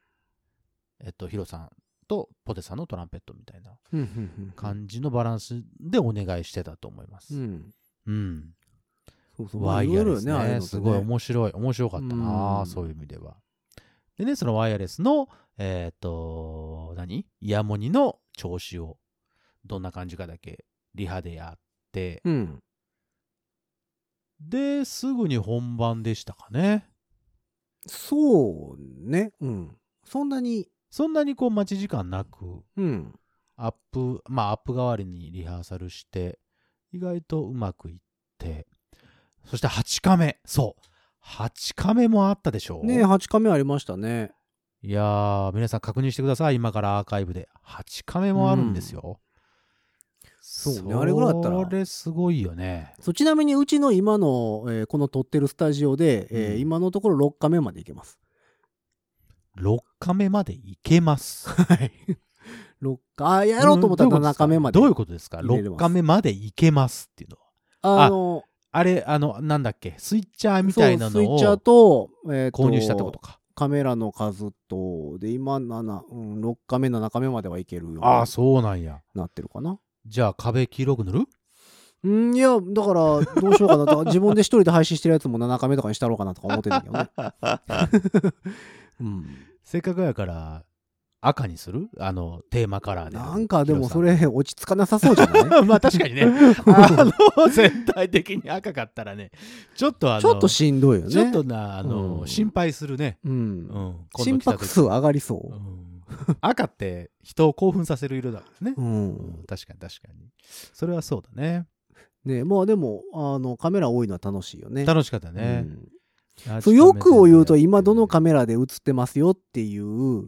Speaker 3: えっと、ヒロさんとポテさんのトランペットみたいな
Speaker 2: うんうんうん
Speaker 3: 感じのバランスでお願いしてたと思います。
Speaker 2: う
Speaker 3: うん。
Speaker 2: んそうそうまあ
Speaker 3: ワイヤレス
Speaker 2: いろいろよああいう
Speaker 3: ね
Speaker 2: のって
Speaker 3: すごい面白い、面白かった
Speaker 2: う、
Speaker 3: なんそういう意味では。でね、そのワイヤレスの、えっと、何イヤモニの調子を、どんな感じかだけリハでやって、
Speaker 2: うん
Speaker 3: ですぐに本番でしたかね
Speaker 2: そうねうんそんなに
Speaker 3: そんなにこう待ち時間なく
Speaker 2: うん
Speaker 3: アップまあアップ代わりにリハーサルして意外とうまくいってそして8カメそう8カメもあったでしょう、
Speaker 2: ね8カメありましたね
Speaker 3: いやー皆さん確認してください今からアーカイブで8カメもあるんですよ、
Speaker 2: そうねあれぐらいだったら
Speaker 3: それすごいよね
Speaker 2: そうちなみにうちの今の、えーこの撮ってるスタジオで、えー
Speaker 3: うん
Speaker 2: 今のところ6カメまでいけます
Speaker 3: 6カメまで行けます。
Speaker 2: はい。六か、あ、 やろうと思ったら7日目まで。
Speaker 3: どういうことですか
Speaker 2: 入れれ
Speaker 3: ?6
Speaker 2: ます
Speaker 3: カメまで行けますっていうのは。
Speaker 2: あの、
Speaker 3: あれ、あの、なんだっけ、スイッチャーみたいな
Speaker 2: そうスイ
Speaker 3: の
Speaker 2: ッチャー
Speaker 3: を
Speaker 2: と、えー
Speaker 3: 購入したってことか。
Speaker 2: カメラの数と、で、今、7、うん、6カメ、7カメまではいけるように
Speaker 3: ああ、そうなんや。
Speaker 2: なってるかな。
Speaker 3: じゃあ壁黄色く塗る
Speaker 2: うん、いや、だから、どうしようかな。だ から自分で一人で配信してるやつも7カメとかにしたろうかなとか思ってんだけどね。 うん。
Speaker 3: せっかくやから赤にするあのテーマカラー で
Speaker 2: なんかでもそれ落ち着かなさそうじゃない
Speaker 3: まあ確かにね あの全体的に赤かったらねちょっとあの
Speaker 2: ちょっとしんどいよね。
Speaker 3: ちょっとなあの、
Speaker 2: うん
Speaker 3: 心配するね、
Speaker 2: う。
Speaker 3: うんん、
Speaker 2: 心拍数
Speaker 3: 今度来た時
Speaker 2: 上がりそう
Speaker 3: う。ん赤って人を興奮させる色だからね、
Speaker 2: うん
Speaker 3: うん確かに確かにそれはそうだね
Speaker 2: ねまあでもあのカメラ多いのは楽しいよね。
Speaker 3: 楽しかったね、あ
Speaker 2: うんそうよくを言うと今どのカ
Speaker 3: メ
Speaker 2: メラで映ってますよっていう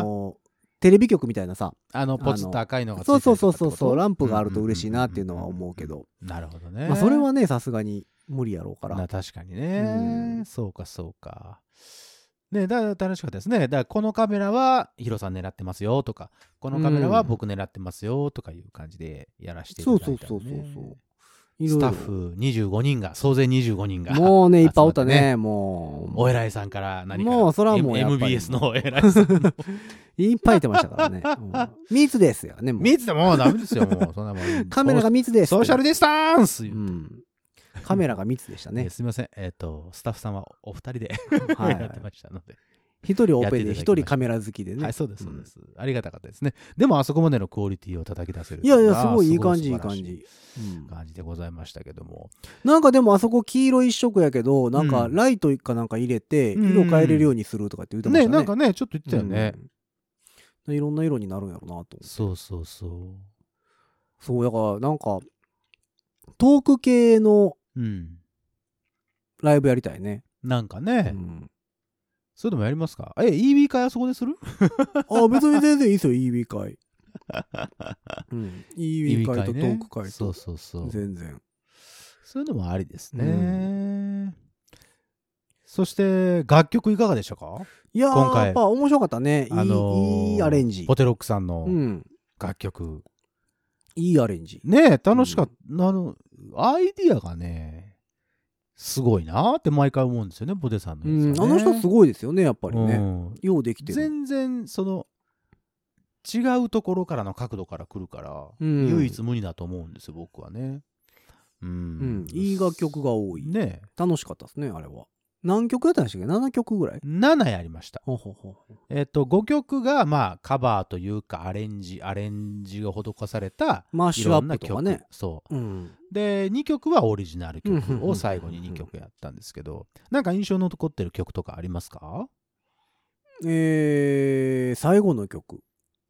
Speaker 2: あ
Speaker 3: ー
Speaker 2: のテレビ局みたいなさ
Speaker 3: あのポツッと赤いのがついて
Speaker 2: そう
Speaker 3: る
Speaker 2: そう
Speaker 3: とか
Speaker 2: そう
Speaker 3: ってこ
Speaker 2: そ
Speaker 3: と
Speaker 2: うそうランプがあると嬉しいなっていうのは思うけど、
Speaker 3: なるほどね、
Speaker 2: まあ、それはねさすがに無理やろうから
Speaker 3: な確かにね、
Speaker 2: うん
Speaker 3: そうかそうかねだから楽しかったですねだからこのカメラはヒロさん狙ってますよとかこのカメラは僕狙ってますよとかいう感じでやらせていた
Speaker 2: そ
Speaker 3: だいうた
Speaker 2: そ
Speaker 3: ん
Speaker 2: う
Speaker 3: で
Speaker 2: そうそうそういろ
Speaker 3: ス
Speaker 2: いろ
Speaker 3: タッフ25人が総勢25人が
Speaker 2: もうねいっぱいおった
Speaker 3: 集ま
Speaker 2: ねもう
Speaker 3: お偉いさんから何から
Speaker 2: もうそれはもう
Speaker 3: M-
Speaker 2: やっぱり
Speaker 3: MBS のお偉 いさん
Speaker 2: いっぱいいてましたからね、うん、密ですよねもう
Speaker 3: 見ててもうダメですよもうそんなもん
Speaker 2: カメラが密です
Speaker 3: ソーシャル
Speaker 2: で、
Speaker 3: ディスタンス、
Speaker 2: うん、カメラが密でした
Speaker 3: え
Speaker 2: ね
Speaker 3: すみませんえっ、とスタッフさんはお二人で
Speaker 2: はい
Speaker 3: やってましたので
Speaker 2: 一人オ
Speaker 3: やっ
Speaker 2: ペ
Speaker 3: て
Speaker 2: で
Speaker 3: いただきまし
Speaker 2: 一
Speaker 3: た
Speaker 2: 人カメラ好きでね、
Speaker 3: はい、そうです、そう
Speaker 2: うん
Speaker 3: です。ありがたかったですね。でも、あそこまでのクオリティを叩き出せる。
Speaker 2: いやいや、すごいいい感じ、いい
Speaker 3: 素
Speaker 2: 感
Speaker 3: 晴らし
Speaker 2: じ。うん
Speaker 3: 感じでございましたけども。
Speaker 2: なんかでもあそこ黄色一色やけど、なんか
Speaker 3: うん
Speaker 2: ライトかなんか入れて、
Speaker 3: うん
Speaker 2: 色変えれるようにするとかって言ってました
Speaker 3: ね、
Speaker 2: ね。
Speaker 3: なんかね、ちょっと言ってたよね。
Speaker 2: うん。いろんな色になるんやろうなと。
Speaker 3: そうそうそ
Speaker 2: そう、だからなんか、トーク系の
Speaker 3: う。うん。
Speaker 2: ライブやりたいね。
Speaker 3: なんか
Speaker 2: う
Speaker 3: ね、
Speaker 2: ん、
Speaker 3: それでもやりますかえ、EB 会あそこでする
Speaker 2: あ、別に全然いいですよ、EB 会。うん、EB 会とト
Speaker 3: ね
Speaker 2: ーク会
Speaker 3: そ
Speaker 2: と
Speaker 3: う。そうそう。
Speaker 2: 全然。
Speaker 3: そういうのもありですね。
Speaker 2: う
Speaker 3: そして、楽曲いかがでしたか
Speaker 2: いや
Speaker 3: 今
Speaker 2: ー、
Speaker 3: 回
Speaker 2: やっぱ面白かったね。いい,、
Speaker 3: あのー
Speaker 2: いいアレンジ
Speaker 3: ポ。テロックさんの
Speaker 2: うん。
Speaker 3: 楽曲。
Speaker 2: いいアレンジ。
Speaker 3: ねえ、楽しかった、あの、アイディアがね、すごいなって毎回思うんですよね、ボデさんの
Speaker 2: う
Speaker 3: や
Speaker 2: ん、
Speaker 3: つ
Speaker 2: あ
Speaker 3: はね、
Speaker 2: の人す
Speaker 3: い
Speaker 2: ごいですよね、やっぱりね。
Speaker 3: ね。
Speaker 2: ようできてる。
Speaker 3: 全然、その、違うところからの角度から来るから、
Speaker 2: うん
Speaker 3: 唯一無二だと思うんですよ、僕はね。うん。
Speaker 2: うん、いい楽曲が多い。
Speaker 3: ね
Speaker 2: 楽しかったですね、あれは。何曲やったんでしたっけ ?7 曲ぐらい
Speaker 3: え、7やりました。
Speaker 2: ほうほうほう
Speaker 3: えっ、と、5曲が、まあ、カバーというか、アレンジ、アレンジが施された、
Speaker 2: マッ
Speaker 3: い
Speaker 2: シュア
Speaker 3: ろん
Speaker 2: ッ
Speaker 3: な
Speaker 2: プと
Speaker 3: 曲。
Speaker 2: かね。
Speaker 3: そう。
Speaker 2: うん。
Speaker 3: で2曲はオリジナル
Speaker 2: うんうんうん
Speaker 3: 曲
Speaker 2: うんう
Speaker 3: を
Speaker 2: ん
Speaker 3: 最後に2曲やったんですけどなんか印象の残ってる曲とかありますか
Speaker 2: えー、最後の曲。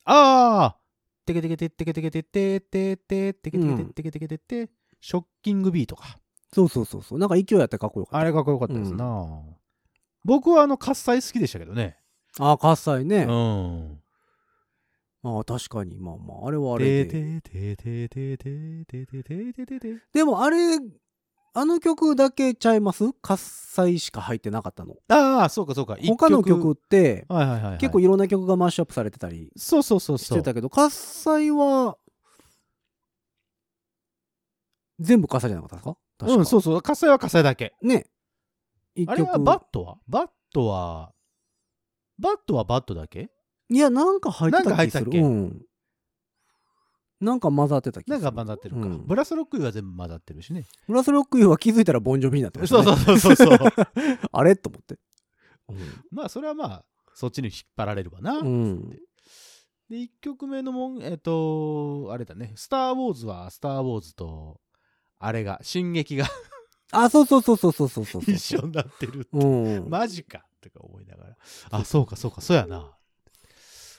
Speaker 3: ああテケテケテテケテケテテテテテケテケテテケテケテテショッキングビーとか
Speaker 2: そうそうそうそう。なんか勢いあってかっこよかっ
Speaker 3: あれかっこよかったですな僕はあの喝采好きでしたけどね
Speaker 2: た。ああ、喝采
Speaker 3: う
Speaker 2: ね。
Speaker 3: ん
Speaker 2: ああ、確かに。まあまあ、あれはあれ
Speaker 3: テ
Speaker 2: で。
Speaker 3: テテテテテテテテテテテ
Speaker 2: でもあれ、あの曲だけちゃいます喝采しか入ってなかったの。
Speaker 3: ああそうかそうか
Speaker 2: 他の曲って、
Speaker 3: はいはいはい
Speaker 2: 結構いろんな曲がマッシュアップされてたり
Speaker 3: そうそうそう
Speaker 2: し
Speaker 3: そ
Speaker 2: て
Speaker 3: う
Speaker 2: たけど、喝采は、全部喝采じゃなかったですか確か
Speaker 3: うんそうそう喝采は喝采だけ
Speaker 2: ね。一
Speaker 3: あれはバットはバットは、バットはバットだけ
Speaker 2: いや、なんか入ってた気す
Speaker 3: なんか入ってた
Speaker 2: る。
Speaker 3: っけ
Speaker 2: うん。なんか混ざってた気す
Speaker 3: な
Speaker 2: る。
Speaker 3: んか混ざってるか。
Speaker 2: うん
Speaker 3: ブラスロックは全部混ざってるしね。
Speaker 2: ブラスロックユーは気づいたらボンジョビになってました、ね。
Speaker 3: そうそうそうそう
Speaker 2: あれと思って。
Speaker 3: まあ、それはまあ、そっちに引っ張られるわな。
Speaker 2: うん
Speaker 3: で、1曲目のもん、えっ、と、あれだね、スター・ウォーズはスター・ウォーズと、あれが、進撃が
Speaker 2: あ、そうそうそうそうそうそうそうそう。
Speaker 3: 一緒になってる。
Speaker 2: うん。
Speaker 3: マジかとか思いながら。あ、そうかそうか、そうやな。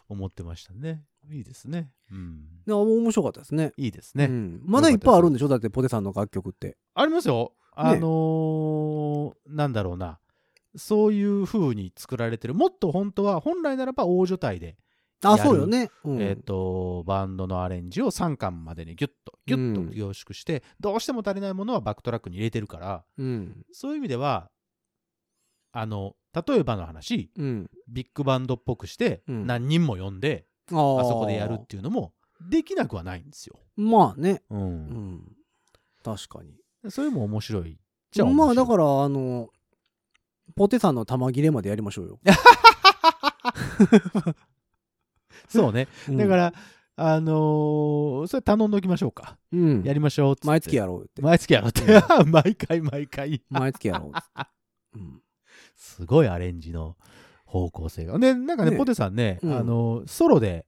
Speaker 3: 思ってましたね。いいですね。うん。
Speaker 2: でも面白かったですね。
Speaker 3: いいですね。
Speaker 2: うん、まだいっぱいあるんでしょだってポテさんの楽曲って。
Speaker 3: ありますよ。あのーなんだろうな。そういう風に作られてる。もっと本当は、本来ならば大所帯で、
Speaker 2: あ、そうよね。うん、
Speaker 3: えっ、と、バンドのアレンジを3巻までにギュッと、ギュッ
Speaker 2: うん
Speaker 3: と凝縮して、どうしても足りないものはバックトラックに入れてるから、
Speaker 2: うん。
Speaker 3: そういう意味では、あの、例えばの話
Speaker 2: うん。
Speaker 3: ビッグバンドっぽくして
Speaker 2: うん
Speaker 3: 何人も呼んで、
Speaker 2: あー
Speaker 3: あそこでやるっていうのもできなくはないんですよ。
Speaker 2: まあね。う
Speaker 3: う
Speaker 2: んん。確かに。
Speaker 3: それも面白いじゃあ
Speaker 2: まあだからら、あの、ポテさんの玉切れまでやりましょうよ。、
Speaker 3: そうね、だかららあのーそれ頼んでおきましょうか、
Speaker 2: うん
Speaker 3: や。りましょうっつって
Speaker 2: 毎月やろうって。
Speaker 3: 毎月やろうって 毎回毎回
Speaker 2: 毎月やろう っつって。うん。
Speaker 3: すごいアレンジの方向性がでなんかね
Speaker 2: ね
Speaker 3: ポテさんね、
Speaker 2: うん
Speaker 3: あのソロで、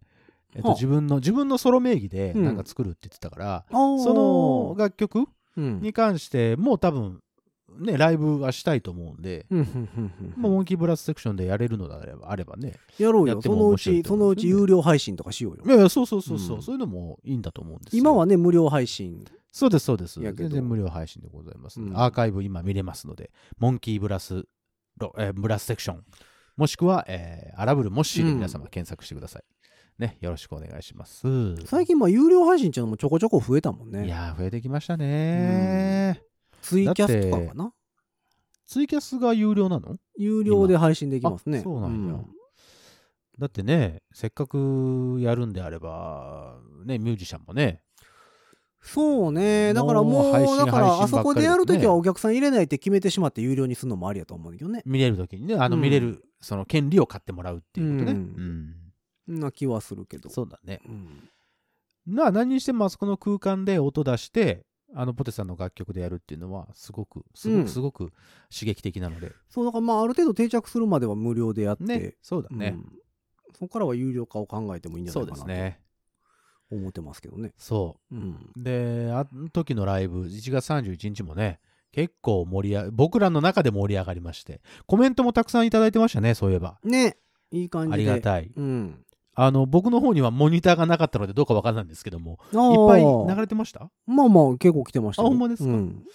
Speaker 3: えっと、
Speaker 2: はあ
Speaker 3: 自分の自分のソロ名義で
Speaker 2: うん
Speaker 3: なんか作るって言ってたから、そ
Speaker 2: そ
Speaker 3: の、楽曲
Speaker 2: うん。
Speaker 3: に関してもう多分ねライブはしたいと思うんで、
Speaker 2: うんうんうんうん
Speaker 3: まあ、モンキーブラスセクションでやれるのであればあればね
Speaker 2: やろう
Speaker 3: や
Speaker 2: よ。
Speaker 3: って
Speaker 2: そ
Speaker 3: も
Speaker 2: の
Speaker 3: 面
Speaker 2: う
Speaker 3: 白
Speaker 2: ち、
Speaker 3: いと
Speaker 2: そ
Speaker 3: 思
Speaker 2: の
Speaker 3: う
Speaker 2: うん
Speaker 3: です
Speaker 2: ち
Speaker 3: よね
Speaker 2: 有料配信とかしよう
Speaker 3: い
Speaker 2: よ。
Speaker 3: やいやそうそうそうそう、
Speaker 2: うん
Speaker 3: そういうのもいいんだと思うんですよ
Speaker 2: 今はね、無料配信。
Speaker 3: そうですそうです
Speaker 2: やけど
Speaker 3: 全然無料配信でございます、
Speaker 2: うん
Speaker 3: アーカイブ今見れますのでモンキーブラスロ、えーブラスセクションもしくは、えーアラブルモッシーで皆様検索してください、ねよろしくお願いします
Speaker 2: 最近、まあ、有料配信っていうのもちょこちょこ増えたもん
Speaker 3: い
Speaker 2: ね。
Speaker 3: やー増えてきましたね、
Speaker 2: ツイキャスとかかな。
Speaker 3: ツイキャスが有料なの
Speaker 2: 有料で配信できますね。
Speaker 3: あそうなんや、だってねせっかくやるんであればねミュージシャンもね
Speaker 2: そうね。だから
Speaker 3: も
Speaker 2: も
Speaker 3: う配
Speaker 2: う、
Speaker 3: 信
Speaker 2: だか
Speaker 3: 配
Speaker 2: ら、
Speaker 3: 信
Speaker 2: あそこで
Speaker 3: ばっ
Speaker 2: や
Speaker 3: か
Speaker 2: る
Speaker 3: り
Speaker 2: と
Speaker 3: だね
Speaker 2: きはお客さん入れないって決めてしまって有料にするのもありやと思うんだけどね。
Speaker 3: 見れる時にねあの
Speaker 2: うん
Speaker 3: 見れる、その権利を買ってもらうっていうことね、
Speaker 2: うん
Speaker 3: う
Speaker 2: な気はするけど
Speaker 3: ん。そうだね
Speaker 2: うん
Speaker 3: な何にしてもあそこの空間で音出してあのポテさんの楽曲でやるっていうのはすごくすご
Speaker 2: うん
Speaker 3: くすごく刺激的なので、
Speaker 2: そう、だからまあ、ある程度定着するまでは無料でやって、
Speaker 3: ねそうだ
Speaker 2: う
Speaker 3: ね、
Speaker 2: んそこからは有料化を考えてもいいんじゃ
Speaker 3: そ
Speaker 2: ない
Speaker 3: う
Speaker 2: かなと
Speaker 3: ですね
Speaker 2: 思ってますけどね。
Speaker 3: そ
Speaker 2: うん。
Speaker 3: うであの時のライブ1月31日もね結構盛り上が僕らの中で盛り上がりましてコメントもたくさんいただいてましたねそういえば
Speaker 2: ね。いい感じで。
Speaker 3: ありがたい
Speaker 2: うん。
Speaker 3: あの僕の方にはモニターがなかったのでどうかわからないんですけども
Speaker 2: いっ
Speaker 3: いっぱい流れてました
Speaker 2: まあまあ結構来てましたよ
Speaker 3: あほんまですか
Speaker 2: うん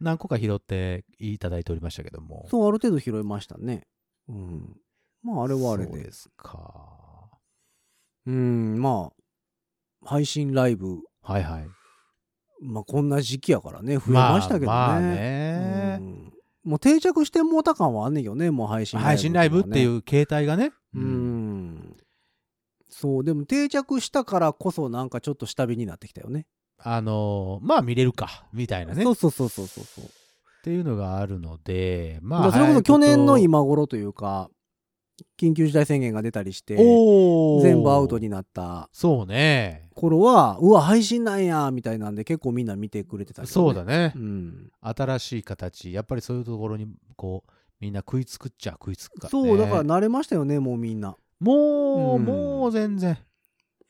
Speaker 3: 何個か拾っていただいておりましたけども
Speaker 2: そうある程度拾いましたねうんまああれはあれ
Speaker 3: そう
Speaker 2: で
Speaker 3: ですか
Speaker 2: うんまあ配信ライブ
Speaker 3: はいはい
Speaker 2: まあこんな時期やからね増えましたけどね,、
Speaker 3: まあまあね
Speaker 2: うんもう定着してもうた感はあんねんけどねもう配信ライブ、、
Speaker 3: 配信ライブっていうう形態がね、
Speaker 2: うんそうでも定着したからこそなんかちょっと下火になってきたよね
Speaker 3: あのーまあ見れるかみたいなね
Speaker 2: そう
Speaker 3: っ
Speaker 2: そうそうそうそうそう
Speaker 3: ていうのがあるので
Speaker 2: だか
Speaker 3: まあ
Speaker 2: らそれこそ去年の
Speaker 3: 早いこ
Speaker 2: 今頃というか緊急事態宣言が出たりして
Speaker 3: とおー
Speaker 2: 全部アウトになった
Speaker 3: そうね
Speaker 2: 頃はうわ配信なんやみたいなんで結構みんな見てくれてたけど、ね、
Speaker 3: そうだね
Speaker 2: う、ん
Speaker 3: 新しい形やっぱりそういうところにこうみんな食いつくっちゃ食いつくから、ね、
Speaker 2: そうだから慣れましたよねもうみんな
Speaker 3: もう、
Speaker 2: うん
Speaker 3: もう全然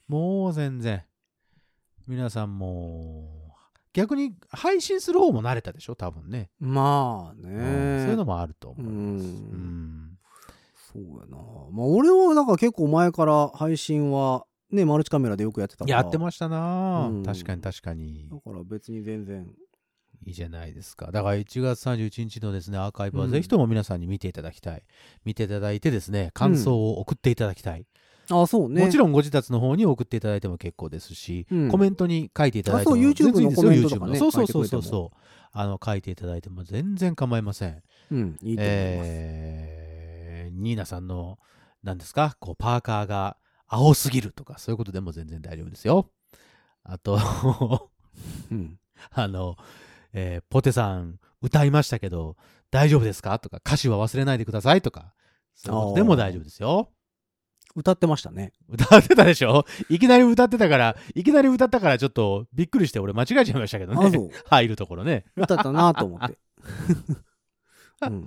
Speaker 3: もう全然皆さんも逆に配信する方も慣れたでしょ多分ね、
Speaker 2: まあね、
Speaker 3: うんそういうの
Speaker 2: も
Speaker 3: もあると思
Speaker 2: う
Speaker 3: う、
Speaker 2: ん、
Speaker 3: うん
Speaker 2: そうやなまあ俺はなんか結構前から配信はねマルチカメラでよくやってたから
Speaker 3: やってましたなあ、
Speaker 2: うん
Speaker 3: 確かに確かに
Speaker 2: だから別に全然
Speaker 3: いいじゃないですかだから1月31日のですねアーカイブはぜひとも皆さんに見ていただきたい、見ていただいてですね感想を送っていただきたい、
Speaker 2: あそうね
Speaker 3: もちろんご自宅の方に送っていただいても結構ですし、
Speaker 2: うん
Speaker 3: コメントに書いていただいて
Speaker 2: あ
Speaker 3: も
Speaker 2: そう YouTube のコメントとかね
Speaker 3: YouTube のそうそうそ
Speaker 2: 書いう
Speaker 3: うそ
Speaker 2: てくれて
Speaker 3: そうあの書いていただいても全然構いません
Speaker 2: ろん、うん、いいと思います、
Speaker 3: えーニーナさんの何ですかこうパーカーが青すぎるとかそういうことでも全然大丈夫ですよあと
Speaker 2: うん
Speaker 3: あの、えーポテさん歌いましたけど大丈夫ですかとか歌詞は忘れないでくださいとかそういうことでも大丈夫ですよ
Speaker 2: 歌ってましたね
Speaker 3: 歌ってたでしょいきなり歌ってたからいきなり歌ったからちょっとびっくりして俺間違えちゃいましたけど
Speaker 2: あそ
Speaker 3: ね
Speaker 2: う
Speaker 3: 入るところね
Speaker 2: 歌ったなと思 って、うん、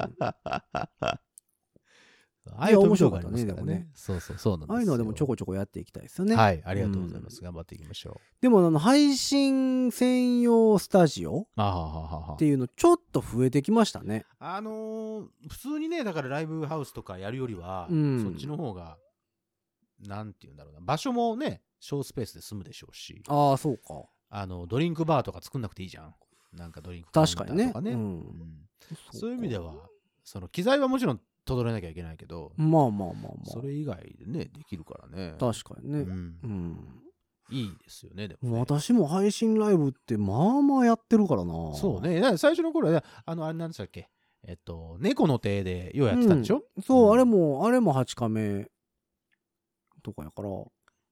Speaker 3: ああいう面白
Speaker 2: 面白か
Speaker 3: が
Speaker 2: っ
Speaker 3: あ
Speaker 2: た
Speaker 3: ります
Speaker 2: ね
Speaker 3: からね
Speaker 2: でもね
Speaker 3: そうそうそうなんです
Speaker 2: ああいうのはでもちょ
Speaker 3: こ
Speaker 2: こちょこやっていきたいですよね、
Speaker 3: はいありがとうございます、頑張っていきましょう
Speaker 2: でもあの配信専用スタジオ
Speaker 3: あはははは
Speaker 2: っていうのちょっと増えてきましたね。
Speaker 3: あのー普通にねだからライブハウスとかやるよりは、
Speaker 2: うん
Speaker 3: そっちの方がなんて言うんだろうな場所もね小スペースで済むでしょうしあ
Speaker 2: ああそうか。
Speaker 3: のドリンクバーとか作んなくていいじゃんなんかドリンクカウン
Speaker 2: 確
Speaker 3: タ
Speaker 2: か
Speaker 3: ー
Speaker 2: にね
Speaker 3: とかね
Speaker 2: うん
Speaker 3: うんそういう意味ではその機材はもちろん整えなきゃいけないけど、
Speaker 2: まあまあまあまあ。
Speaker 3: それ以外でねできるからね
Speaker 2: 確かにね。
Speaker 3: うん
Speaker 2: うん。
Speaker 3: いいですよねでもね
Speaker 2: 私も配信ライブってまあまあやってるからな。
Speaker 3: そう。ねだから最初の頃はあのあれなんでしたっけえっと、猫の手でようやってたんでしょ、
Speaker 2: そう、
Speaker 3: うん
Speaker 2: あれもあれも8カメとかやからう